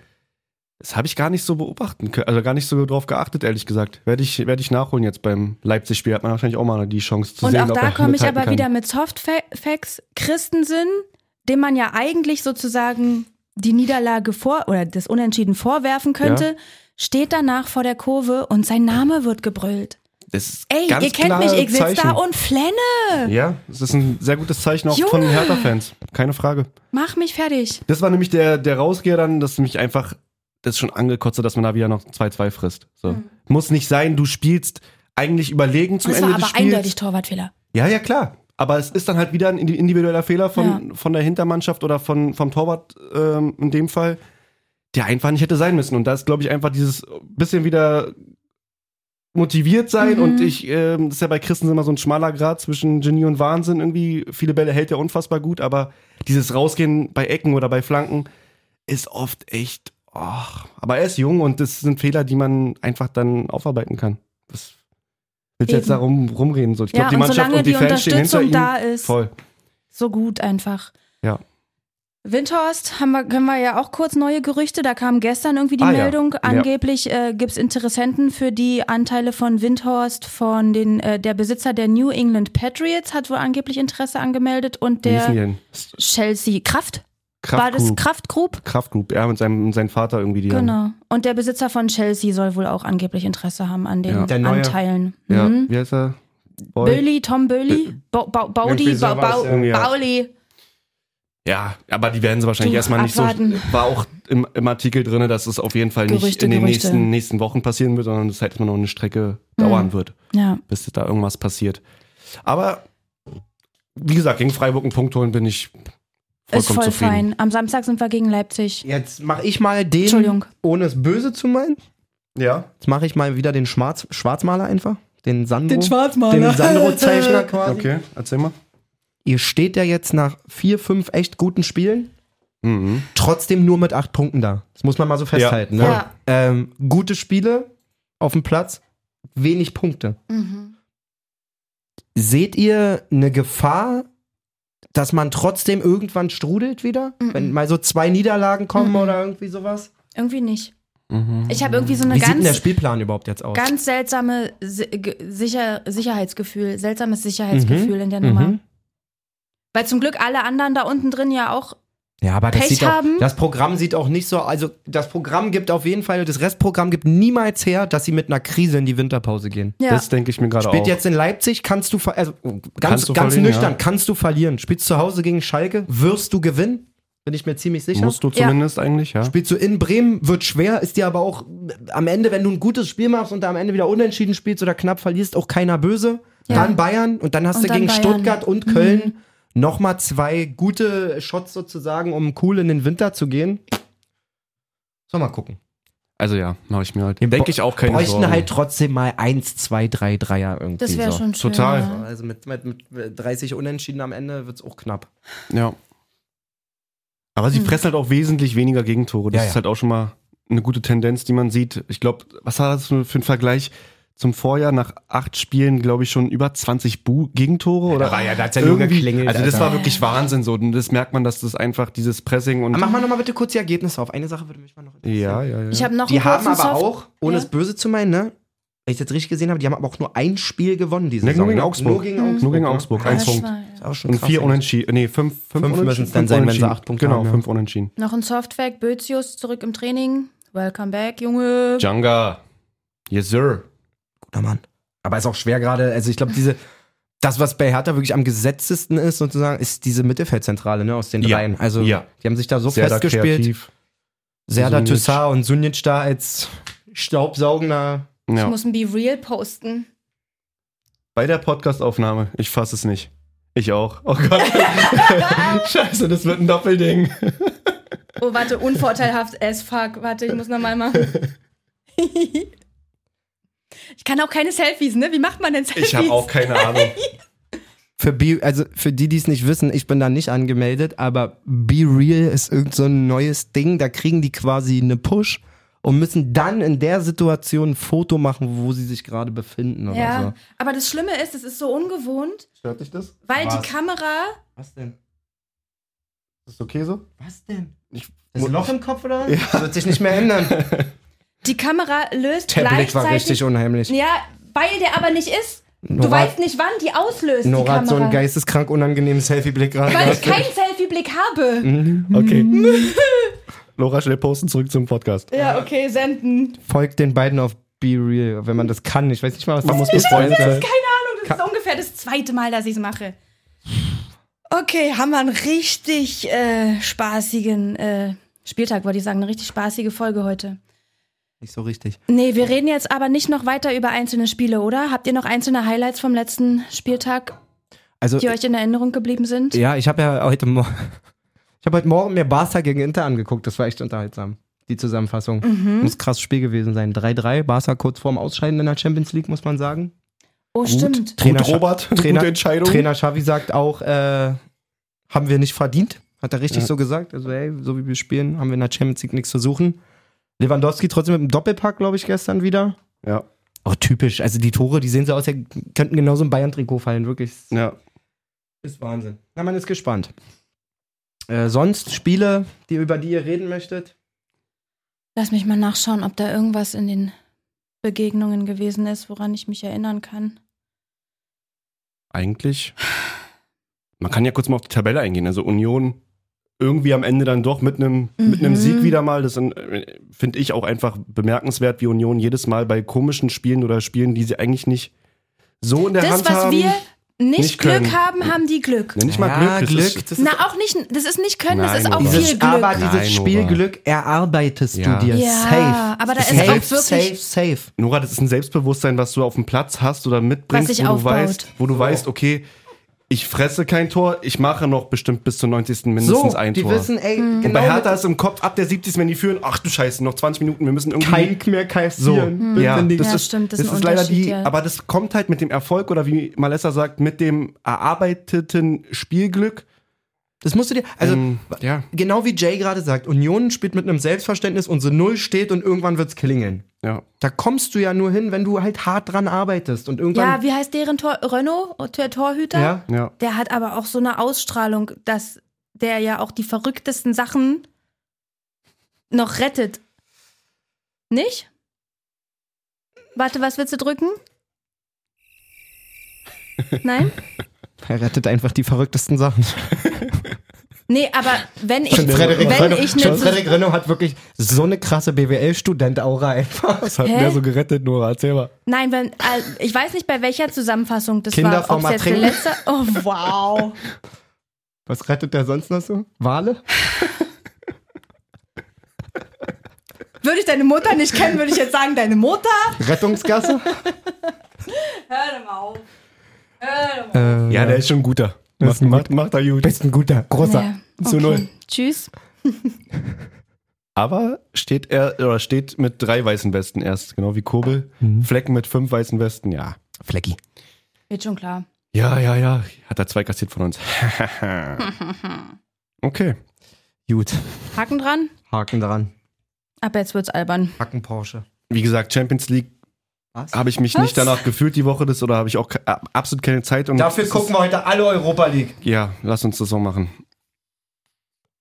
Speaker 2: Das habe ich gar nicht so beobachten können, also gar nicht so drauf geachtet, ehrlich gesagt. Werde ich, werde ich nachholen jetzt beim Leipzig-Spiel, hat man wahrscheinlich auch mal die Chance zu
Speaker 1: Und
Speaker 2: sehen.
Speaker 1: auch
Speaker 2: ob
Speaker 1: da
Speaker 2: er
Speaker 1: komme ich
Speaker 2: mithalten
Speaker 1: aber
Speaker 2: kann.
Speaker 1: wieder mit Softfacts. Christensen, dem man ja eigentlich sozusagen die Niederlage vor oder das Unentschieden vorwerfen könnte, steht danach vor der Kurve und sein Name wird gebrüllt.
Speaker 2: Das ist
Speaker 1: Ey,
Speaker 2: ganz
Speaker 1: ihr kennt
Speaker 2: klare
Speaker 1: mich, ich sitze
Speaker 2: Zeichen.
Speaker 1: da und flenne.
Speaker 2: Ja, das ist ein sehr gutes Zeichen auch
Speaker 1: Junge!
Speaker 2: von Hertha-Fans. Keine Frage.
Speaker 1: Mach mich fertig.
Speaker 2: Das war nämlich der, der Rausgeher dann, dass mich einfach, das ist schon angekotzt, hat, dass man da wieder noch 2-2 frisst. So. Muss nicht sein, du spielst eigentlich überlegen zum
Speaker 1: Hm. Das
Speaker 2: Ende
Speaker 1: war
Speaker 2: des
Speaker 1: aber
Speaker 2: Spiels.
Speaker 1: eindeutig Torwartfehler.
Speaker 2: Ja, ja, klar. Aber es ist dann halt wieder ein indi- individueller Fehler von, von der Hintermannschaft oder von, vom Torwart ähm, in dem Fall, der einfach nicht hätte sein müssen. Und da ist, glaube ich, einfach dieses bisschen wieder motiviert sein. Und ich, ähm, das ist ja bei Christen immer so ein schmaler Grad zwischen Genie und Wahnsinn irgendwie. Viele Bälle hält er unfassbar gut, aber dieses Rausgehen bei Ecken oder bei Flanken ist oft echt ach, aber er ist jung und das sind Fehler, die man einfach dann aufarbeiten kann. Das willst du jetzt
Speaker 1: Eben.
Speaker 2: da rum, rumreden. So. Ich glaube,
Speaker 1: Ja,
Speaker 2: die
Speaker 1: und
Speaker 2: Mannschaft
Speaker 1: solange
Speaker 2: und die,
Speaker 1: die
Speaker 2: Fans stehen hinter
Speaker 1: Unterstützung
Speaker 2: ihm.
Speaker 1: da ist.
Speaker 2: Voll.
Speaker 1: So gut einfach.
Speaker 2: Ja.
Speaker 1: Windhorst haben wir, können wir ja auch kurz neue Gerüchte. Da kam gestern irgendwie die
Speaker 2: Ah, ja.
Speaker 1: Meldung.
Speaker 2: Ja.
Speaker 1: Angeblich äh, gibt es Interessenten für die Anteile von Windhorst von den äh, der Besitzer der New England Patriots hat wohl angeblich Interesse angemeldet und
Speaker 2: Wie hießen die
Speaker 1: der
Speaker 2: denn?
Speaker 1: Chelsea Kraft,
Speaker 2: Kraft
Speaker 1: war das
Speaker 2: Group.
Speaker 1: Kraft Group?
Speaker 2: Kraft Group, ja, mit seinem, mit seinem Vater irgendwie. Die haben-
Speaker 1: Genau. Und der Besitzer von Chelsea soll wohl auch angeblich Interesse haben an den
Speaker 2: Ja.
Speaker 3: Der neue.
Speaker 1: Anteilen.
Speaker 2: Ja,
Speaker 1: Mhm.
Speaker 2: wie heißt er? Boy?
Speaker 1: Böli, Tom Böli, Ba- Ba- Baudi,
Speaker 3: Irgendwie
Speaker 1: Ba-
Speaker 3: sowas,
Speaker 1: Ba-
Speaker 2: ja.
Speaker 1: Bauli.
Speaker 2: Ja, aber die werden sie wahrscheinlich
Speaker 1: Du,
Speaker 2: erstmal nicht
Speaker 1: abwarten.
Speaker 2: so. War auch im, im Artikel drin, dass es auf jeden Fall nicht
Speaker 1: Gerüchte,
Speaker 2: in den
Speaker 1: Gerüchte. Mhm.
Speaker 2: nächsten, nächsten Wochen passieren wird, sondern dass halt immer noch eine Strecke dauern wird,
Speaker 1: Ja.
Speaker 2: bis da irgendwas passiert. Aber wie gesagt, gegen Freiburg einen Punkt holen bin ich vollkommen
Speaker 1: ist voll
Speaker 2: zufrieden.
Speaker 1: fein. Am Samstag sind wir gegen Leipzig.
Speaker 3: Jetzt mache ich mal den,
Speaker 1: Entschuldigung.
Speaker 3: ohne es böse zu meinen,
Speaker 2: Ja.
Speaker 3: jetzt mache ich mal wieder den Schwarz, Schwarzmaler einfach. Den Sandro.
Speaker 1: Schwarzmaler.
Speaker 3: Den Sandro-Zeichner quasi.
Speaker 2: Okay, erzähl mal.
Speaker 3: Ihr steht ja jetzt nach vier, fünf echt guten Spielen
Speaker 2: Mhm.
Speaker 3: trotzdem nur mit acht Punkten da. Das muss man mal so festhalten.
Speaker 2: Ja,
Speaker 3: Ne?
Speaker 2: voll.
Speaker 1: Ja.
Speaker 3: Ähm, gute Spiele auf dem Platz, wenig Punkte. Seht ihr eine Gefahr, dass man trotzdem irgendwann strudelt wieder? Wenn mal so zwei Niederlagen kommen oder irgendwie sowas?
Speaker 1: Irgendwie nicht. Ich
Speaker 2: Mhm.
Speaker 1: habe irgendwie so eine
Speaker 3: Wie sieht denn der
Speaker 1: ganz,
Speaker 3: Spielplan überhaupt jetzt aus?
Speaker 1: ganz seltsame Si- Ge- Sicher Sicherheitsgefühl, seltsames Sicherheitsgefühl in der Nummer.
Speaker 3: Mhm.
Speaker 1: Weil zum Glück alle anderen da unten drin ja auch.
Speaker 3: Ja, aber das,
Speaker 1: Pech
Speaker 3: sieht auch,
Speaker 1: haben?
Speaker 3: das Programm sieht auch nicht so, also das Programm gibt auf jeden Fall, das Restprogramm gibt niemals her, dass sie mit einer Krise in die Winterpause gehen.
Speaker 1: Ja.
Speaker 2: Das denke ich mir gerade
Speaker 3: Spielt
Speaker 2: auch.
Speaker 3: jetzt in Leipzig, kannst du, ver- also ganz,
Speaker 2: Kannst du
Speaker 3: ganz
Speaker 2: verlieren,
Speaker 3: nüchtern,
Speaker 2: ja.
Speaker 3: kannst du verlieren. Spielst zu Hause gegen Schalke, wirst du gewinnen, bin ich mir ziemlich sicher.
Speaker 2: Musst du zumindest eigentlich, ja.
Speaker 3: Spielst du in Bremen, wird schwer, ist dir aber auch äh, am Ende, wenn du ein gutes Spiel machst und da am Ende wieder unentschieden spielst oder knapp verlierst, auch keiner böse.
Speaker 1: Ja.
Speaker 3: Dann Bayern und dann hast
Speaker 1: Und
Speaker 3: du
Speaker 1: dann
Speaker 3: gegen
Speaker 1: Bayern. Mhm.
Speaker 3: Stuttgart und Köln nochmal zwei gute Shots sozusagen, um cool in den Winter zu gehen. Soll mal gucken.
Speaker 2: Also ja, mache ich mir halt.
Speaker 3: Wir
Speaker 2: Denke ich auch keine
Speaker 3: bräuchten
Speaker 2: Sorgen.
Speaker 3: halt trotzdem mal 1, 2, 3, 3er irgendwie.
Speaker 1: Das wäre
Speaker 3: so.
Speaker 1: schon schön.
Speaker 2: Total.
Speaker 1: ja.
Speaker 3: Also mit, mit, mit 30 Unentschieden am Ende wird es auch knapp.
Speaker 2: Ja. Aber sie fressen halt auch wesentlich weniger Gegentore. Das
Speaker 3: Hm. Ja, ja.
Speaker 2: ist halt auch schon mal eine gute Tendenz, die man sieht. Ich glaube, was war das für für ein Vergleich? Zum Vorjahr nach acht Spielen, glaube ich, schon über 20 Bu Gegentore oder
Speaker 3: war ja- da hat's ja nur
Speaker 2: irgendwie.
Speaker 3: geklingelt,
Speaker 2: also das
Speaker 3: Alter.
Speaker 2: war wirklich Wahnsinn so. Und das merkt man, dass das einfach dieses Pressing und
Speaker 3: Aber mach mal nochmal bitte kurz die Ergebnisse auf. Eine Sache würde mich mal noch interessieren.
Speaker 2: ja, ja, ja.
Speaker 1: Ich habe noch
Speaker 3: Die
Speaker 1: einen
Speaker 3: haben
Speaker 1: kurzen
Speaker 3: aber
Speaker 1: Soft-
Speaker 3: auch, ohne
Speaker 1: Ja.
Speaker 3: es böse zu meinen, ne? Wenn ich das richtig gesehen habe, die haben aber auch nur ein Spiel gewonnen diese
Speaker 2: Ne,
Speaker 3: Saison.
Speaker 2: nur gegen
Speaker 3: ne?
Speaker 2: Augsburg.
Speaker 3: Nur gegen
Speaker 2: Mhm.
Speaker 3: Augsburg.
Speaker 2: Nur gegen
Speaker 3: ne?
Speaker 2: Augsburg,
Speaker 3: Ja,
Speaker 2: eins
Speaker 1: Das
Speaker 2: Punkt.
Speaker 1: war, ja.
Speaker 3: Ist auch schon
Speaker 2: und
Speaker 3: krass,
Speaker 2: vier
Speaker 3: eigentlich.
Speaker 2: Unentschieden, nee, fünf, fünf,
Speaker 3: Fünf müssen's
Speaker 2: Unentschieden.
Speaker 3: dann sein, wenn sie
Speaker 2: Unentschieden.
Speaker 3: acht Punkte
Speaker 2: Genau,
Speaker 3: haben, ja.
Speaker 2: fünf Unentschieden.
Speaker 1: Noch ein Softfact. Bözius zurück im Training. Welcome back, Junge.
Speaker 2: Janga. Yes, sir.
Speaker 3: Guter Mann. Aber ist auch schwer gerade, also ich glaube, diese, das, was bei Hertha wirklich am gesetztesten ist, sozusagen, ist diese Mittelfeldzentrale, ne, aus den
Speaker 2: Ja.
Speaker 3: dreien. Also,
Speaker 2: Ja.
Speaker 3: die haben sich da so
Speaker 2: Sehr da
Speaker 3: festgespielt.
Speaker 2: kreativ.
Speaker 3: Serda
Speaker 2: Sunic.
Speaker 3: Toussaint und Sunic da als staubsaugender
Speaker 1: Ich
Speaker 2: Ja.
Speaker 1: muss ein Be Real posten.
Speaker 2: Bei der Podcastaufnahme. Ich fasse es nicht. Ich auch. Oh Gott. Scheiße, das wird ein Doppelding.
Speaker 1: Oh, warte, unvorteilhaft as fuck. Warte, ich muss nochmal machen. ich kann auch keine Selfies, ne? Wie macht man denn Selfies?
Speaker 2: Ich habe auch keine Ahnung.
Speaker 3: für Be also für die, die es nicht wissen, ich bin da nicht angemeldet, aber Be Real ist irgend so ein neues Ding, da kriegen die quasi eine Push und müssen dann in der Situation ein Foto machen, wo sie sich gerade befinden oder
Speaker 1: Ja,
Speaker 3: so.
Speaker 1: aber das Schlimme ist, es ist so ungewohnt,
Speaker 2: Stört dich das?
Speaker 1: weil
Speaker 3: Was?
Speaker 1: die Kamera.
Speaker 3: Was denn?
Speaker 2: Ist okay so?
Speaker 3: Was denn?
Speaker 2: Ich,
Speaker 3: Das Loch im Kopf oder? Ja. Das wird sich nicht mehr ändern.
Speaker 1: Die Kamera löst
Speaker 3: Der Blick
Speaker 1: gleichzeitig.
Speaker 3: war richtig unheimlich.
Speaker 1: ja, weil der aber nicht ist. Du
Speaker 3: Nora-
Speaker 1: weißt nicht, wann die auslöst,
Speaker 3: Nora
Speaker 1: die
Speaker 3: hat so einen
Speaker 1: Kamera.
Speaker 3: geisteskrank unangenehmen Selfie-Blick gerade.
Speaker 1: weil ich
Speaker 3: gehabt.
Speaker 1: keinen Selfie-Blick habe.
Speaker 3: Mhm.
Speaker 2: okay.
Speaker 1: Mhm.
Speaker 2: Laura, schnell posten zurück zum Podcast.
Speaker 1: Ja, okay, senden.
Speaker 3: Folgt den beiden auf Be Real, wenn man das kann. Ich weiß nicht mal, was da muss befreundet
Speaker 1: Keine
Speaker 3: sein.
Speaker 1: Ahnung, das ist ungefähr das zweite Mal, dass ich es mache. Okay, haben wir einen richtig äh, spaßigen äh, Spieltag, wollte ich sagen. Eine richtig spaßige Folge heute.
Speaker 3: Nicht so richtig.
Speaker 1: Nee, wir reden jetzt aber nicht noch weiter über einzelne Spiele, oder? Habt ihr noch einzelne Highlights vom letzten Spieltag,
Speaker 3: Also
Speaker 1: die euch in Erinnerung geblieben sind?
Speaker 3: Ja, ich habe ja heute Morgen. Ich habe heute Morgen mir Barca gegen Inter angeguckt. Das war echt unterhaltsam. Die Zusammenfassung. Muss krass Spiel gewesen sein. 3-3. Barca kurz vorm Ausscheiden in der Champions League, muss man sagen.
Speaker 1: Oh, stimmt.
Speaker 3: Trainer
Speaker 2: Gut, Robert.
Speaker 3: Trainer,
Speaker 2: Gute Entscheidung.
Speaker 3: Trainer Xavi sagt auch, äh, haben wir nicht verdient. Hat er richtig so gesagt. Also, hey, so wie wir spielen, haben wir in der Champions League nichts zu suchen. Lewandowski trotzdem mit einem Doppelpack, glaube ich, gestern wieder.
Speaker 2: Ja.
Speaker 3: Oh, typisch. Also die Tore, die sehen so aus, die könnten genauso ein Bayern-Trikot fallen. Wirklich,
Speaker 2: Ja.
Speaker 3: ist Wahnsinn. Na, man ist gespannt. Äh, sonst Spiele, die, über die ihr reden möchtet?
Speaker 1: Lass mich mal nachschauen, ob da irgendwas in den Begegnungen gewesen ist, woran ich mich erinnern kann.
Speaker 2: Eigentlich. Man kann ja kurz mal auf die Tabelle eingehen. Also Union irgendwie am Ende dann doch mit einem mit einem
Speaker 1: Mhm.
Speaker 2: Sieg wieder mal. Das äh, finde ich auch einfach bemerkenswert, wie Union jedes Mal bei komischen Spielen oder Spielen, die sie eigentlich nicht so in der
Speaker 1: das,
Speaker 2: Hand
Speaker 1: was
Speaker 2: haben.
Speaker 1: wir nicht,
Speaker 2: nicht
Speaker 1: Glück
Speaker 2: können.
Speaker 1: haben, haben die Glück.
Speaker 2: Ja, nicht mal
Speaker 3: Ja,
Speaker 2: Glück. das Ist,
Speaker 3: das ist
Speaker 1: Na, auch nicht, das ist nicht können, das
Speaker 2: Nein,
Speaker 1: ist auch
Speaker 2: aber-
Speaker 3: dieses,
Speaker 1: viel Glück.
Speaker 3: aber
Speaker 2: Nein,
Speaker 3: dieses Spielglück erarbeitest
Speaker 2: Ja.
Speaker 3: du dir.
Speaker 1: Ja,
Speaker 3: safe.
Speaker 1: aber da ist
Speaker 3: safe,
Speaker 1: auch wirklich-
Speaker 3: safe, safe.
Speaker 2: Nora, das ist ein Selbstbewusstsein, was du auf dem Platz hast oder mitbringst,
Speaker 1: Was sich
Speaker 2: wo
Speaker 1: aufbaut.
Speaker 2: du weißt, wo du weißt, okay, ich fresse kein Tor, ich mache noch bestimmt bis zur 90. mindestens
Speaker 3: So,
Speaker 2: ein
Speaker 3: die
Speaker 2: Tor.
Speaker 3: wissen, ey, genau
Speaker 1: Mhm.
Speaker 2: Und bei Hertha
Speaker 3: mit-
Speaker 2: ist im Kopf, ab der 70. wenn die führen, ach du Scheiße, noch 20 Minuten, wir müssen irgendwie...
Speaker 3: mehr
Speaker 2: so,
Speaker 1: Mhm.
Speaker 3: kassieren.
Speaker 2: ja, das
Speaker 1: Ja,
Speaker 2: ist,
Speaker 1: stimmt, das
Speaker 2: das
Speaker 1: ist
Speaker 2: ist,
Speaker 1: ein
Speaker 2: leider die,
Speaker 1: Unterschied, ja.
Speaker 2: aber das kommt halt mit dem Erfolg oder wie Malessa sagt, mit dem erarbeiteten Spielglück.
Speaker 3: Das musst du dir, also
Speaker 2: Ähm, ja.
Speaker 3: genau wie Jay gerade sagt, Union spielt mit einem Selbstverständnis, unsere Null steht und irgendwann wird's klingeln.
Speaker 2: Ja.
Speaker 3: Da kommst du ja nur hin, wenn du halt hart dran arbeitest und
Speaker 1: ja,
Speaker 3: irgendwann.
Speaker 1: wie heißt deren Tor? Renault, der Torhüter?
Speaker 3: ja?
Speaker 2: Ja.
Speaker 1: Der hat aber auch so eine Ausstrahlung, dass der ja auch die verrücktesten Sachen noch rettet. Nicht? Warte, was willst du drücken? Nein?
Speaker 3: Er rettet einfach die verrücktesten Sachen.
Speaker 1: Nee, aber wenn ich,
Speaker 3: Frederik
Speaker 1: wenn
Speaker 3: Renault,
Speaker 1: ich
Speaker 3: schon
Speaker 1: eine
Speaker 3: Frederik Renault hat wirklich so eine krasse BWL-Student-Aura einfach. Was hat
Speaker 1: denn Hä? der so
Speaker 3: gerettet, Nora? Erzähl mal.
Speaker 1: Nein, wenn, äh, ich weiß nicht, bei welcher Zusammenfassung das
Speaker 3: Kinder
Speaker 1: war.
Speaker 3: vom
Speaker 1: ob's jetzt der
Speaker 3: Ertrinken.
Speaker 1: letzte. Oh, wow.
Speaker 3: Was rettet der sonst noch so? Wale?
Speaker 1: Würde ich deine Mutter nicht kennen, würde ich jetzt sagen, deine Mutter?
Speaker 3: Rettungsgasse?
Speaker 1: Hör doch mal auf.
Speaker 3: äh,
Speaker 2: ja, der ist schon ein guter.
Speaker 3: Das ist
Speaker 2: Macht,
Speaker 3: ein
Speaker 2: macht, macht er gut.
Speaker 3: Bist ein guter, großer.
Speaker 1: Nee,
Speaker 2: zu
Speaker 1: okay.
Speaker 2: null.
Speaker 1: Tschüss.
Speaker 2: Aber steht er oder steht mit drei weißen Westen erst, genau wie Kurbel.
Speaker 3: Mhm.
Speaker 2: Flecken mit fünf weißen Westen, ja.
Speaker 3: Flecki.
Speaker 1: Wird schon klar.
Speaker 2: Ja, ja, ja. Hat er zwei kassiert von uns. okay.
Speaker 3: Gut.
Speaker 1: Haken dran.
Speaker 3: Haken dran.
Speaker 1: Aber jetzt wird's albern.
Speaker 3: Haken Porsche.
Speaker 2: Wie gesagt, Champions League
Speaker 3: Was?
Speaker 2: habe ich mich
Speaker 1: Was?
Speaker 2: nicht danach gefühlt die Woche das oder habe ich auch ke- ab- absolut keine Zeit und
Speaker 3: Dafür
Speaker 2: es
Speaker 3: gucken wir heute alle Europa League.
Speaker 2: Ist, ja, lass uns das so machen.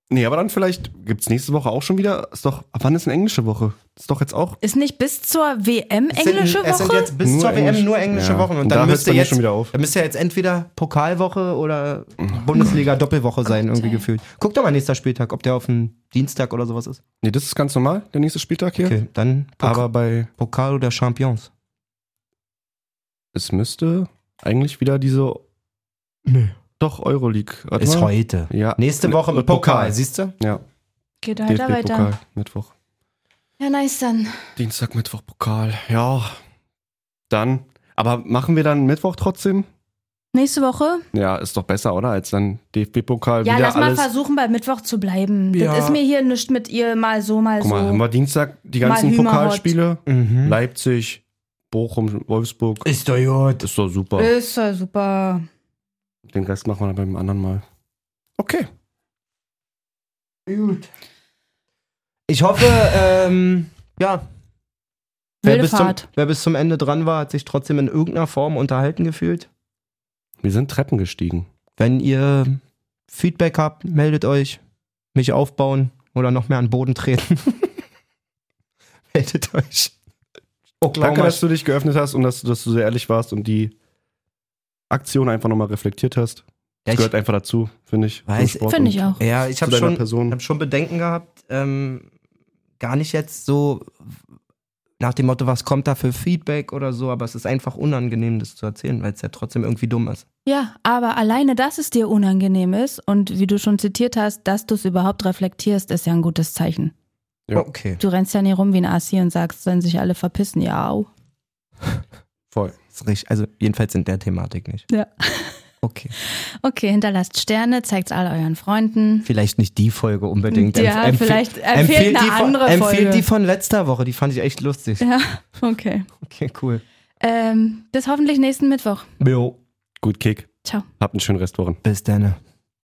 Speaker 2: Nee, aber dann vielleicht gibt's nächste Woche auch schon wieder. Ist doch, ab wann ist eine englische Woche? Ist doch jetzt auch
Speaker 1: Ist nicht bis zur WM englische
Speaker 3: es sind
Speaker 1: Woche?
Speaker 3: jetzt bis
Speaker 2: Nur
Speaker 3: zur
Speaker 2: Englisch.
Speaker 3: WM nur englische
Speaker 2: Ja.
Speaker 3: Wochen. Und
Speaker 2: Und
Speaker 3: dann
Speaker 2: da hört's
Speaker 3: müsste
Speaker 2: bei mir
Speaker 3: jetzt,
Speaker 2: schon wieder auf.
Speaker 3: Dann müsste jetzt entweder Pokalwoche oder Bundesliga-Doppelwoche sein, irgendwie
Speaker 1: ey.
Speaker 3: gefühlt. Guck doch mal nächster Spieltag, ob der auf einen Dienstag oder sowas ist.
Speaker 2: Nee, das ist ganz normal, der nächste Spieltag hier.
Speaker 3: Okay, dann Pok
Speaker 2: Aber bei
Speaker 3: Pokal oder Champions.
Speaker 2: es müsste eigentlich wieder diese
Speaker 3: Nee.
Speaker 2: doch Euroleague. Warte
Speaker 3: Ist
Speaker 2: mal.
Speaker 3: heute.
Speaker 2: Ja.
Speaker 3: Nächste Woche mit Pokal, siehst du?
Speaker 2: Ja,
Speaker 1: Geht weiter, weiter.
Speaker 2: DFB-Pokal, Mittwoch.
Speaker 1: Ja, nice dann.
Speaker 2: Dienstag, Mittwoch, Pokal. Ja. Dann. Aber machen wir dann Mittwoch trotzdem?
Speaker 1: Nächste Woche?
Speaker 2: Ja, ist doch besser, oder? Als dann DFB-Pokal
Speaker 1: Ja,
Speaker 2: wieder
Speaker 1: lass mal
Speaker 2: alles.
Speaker 1: versuchen, bei Mittwoch zu bleiben.
Speaker 3: Ja.
Speaker 1: Das ist mir hier nichts mit ihr mal so, mal
Speaker 2: Guck mal, haben
Speaker 1: so.
Speaker 2: wir Dienstag die
Speaker 1: Mal
Speaker 2: ganzen
Speaker 1: Hümer
Speaker 2: Pokalspiele?
Speaker 3: Mhm.
Speaker 2: Leipzig, Bochum, Wolfsburg.
Speaker 3: Ist doch gut.
Speaker 2: Ist doch super.
Speaker 1: Ist ja super.
Speaker 2: Den Rest machen wir dann beim anderen Mal. Okay.
Speaker 3: Gut. Ich hoffe, ähm, ja. Wer
Speaker 1: Wilde
Speaker 3: bis, zum,
Speaker 1: Fahrt.
Speaker 3: wer bis zum Ende dran war, hat sich trotzdem in irgendeiner Form unterhalten gefühlt.
Speaker 2: Wir sind Treppen gestiegen.
Speaker 3: Wenn ihr Feedback habt, meldet euch. Mich aufbauen oder noch mehr an den Boden treten. meldet euch.
Speaker 2: Danke,
Speaker 3: Oklahoma,
Speaker 2: dass du dich geöffnet hast und dass, dass du so ehrlich warst und die Aktion einfach nochmal reflektiert hast.
Speaker 3: ja,
Speaker 2: Das gehört
Speaker 3: ich,
Speaker 2: einfach dazu, finde ich.
Speaker 3: Weiß-
Speaker 2: Zum Sport
Speaker 1: Finde
Speaker 2: und
Speaker 1: ich auch.
Speaker 3: ja, ich
Speaker 2: Zu
Speaker 3: habe
Speaker 2: deiner
Speaker 3: schon,
Speaker 2: Person.
Speaker 3: hab schon Bedenken gehabt. Ähm, gar nicht jetzt so nach dem Motto, was kommt da für Feedback oder so, aber es ist einfach unangenehm, das zu erzählen, weil es ja trotzdem irgendwie dumm ist.
Speaker 1: Ja, aber alleine, dass es dir unangenehm ist und wie du schon zitiert hast, dass du es überhaupt reflektierst, ist ja ein gutes Zeichen.
Speaker 2: Ja.
Speaker 3: Okay.
Speaker 1: Du rennst ja nie rum wie ein Assi und sagst, sollen sich alle verpissen. Ja, au.
Speaker 2: Voll.
Speaker 3: Ist richtig. Also jedenfalls in der Thematik nicht.
Speaker 1: Ja.
Speaker 3: Okay.
Speaker 1: Okay, hinterlasst Sterne, zeigt's all euren Freunden.
Speaker 3: Vielleicht nicht die Folge unbedingt.
Speaker 1: Ja,
Speaker 3: Empf-
Speaker 1: vielleicht empfehlt
Speaker 3: empfehlt
Speaker 1: eine
Speaker 3: die von,
Speaker 1: andere Folge.
Speaker 3: Empfehlt die von letzter Woche, die fand ich echt lustig.
Speaker 1: Ja, okay.
Speaker 3: Okay, cool.
Speaker 1: Ähm, bis hoffentlich nächsten Mittwoch.
Speaker 3: Jo.
Speaker 2: Gut Kick.
Speaker 1: Ciao.
Speaker 2: Habt einen schönen Restwochen.
Speaker 3: Bis dann.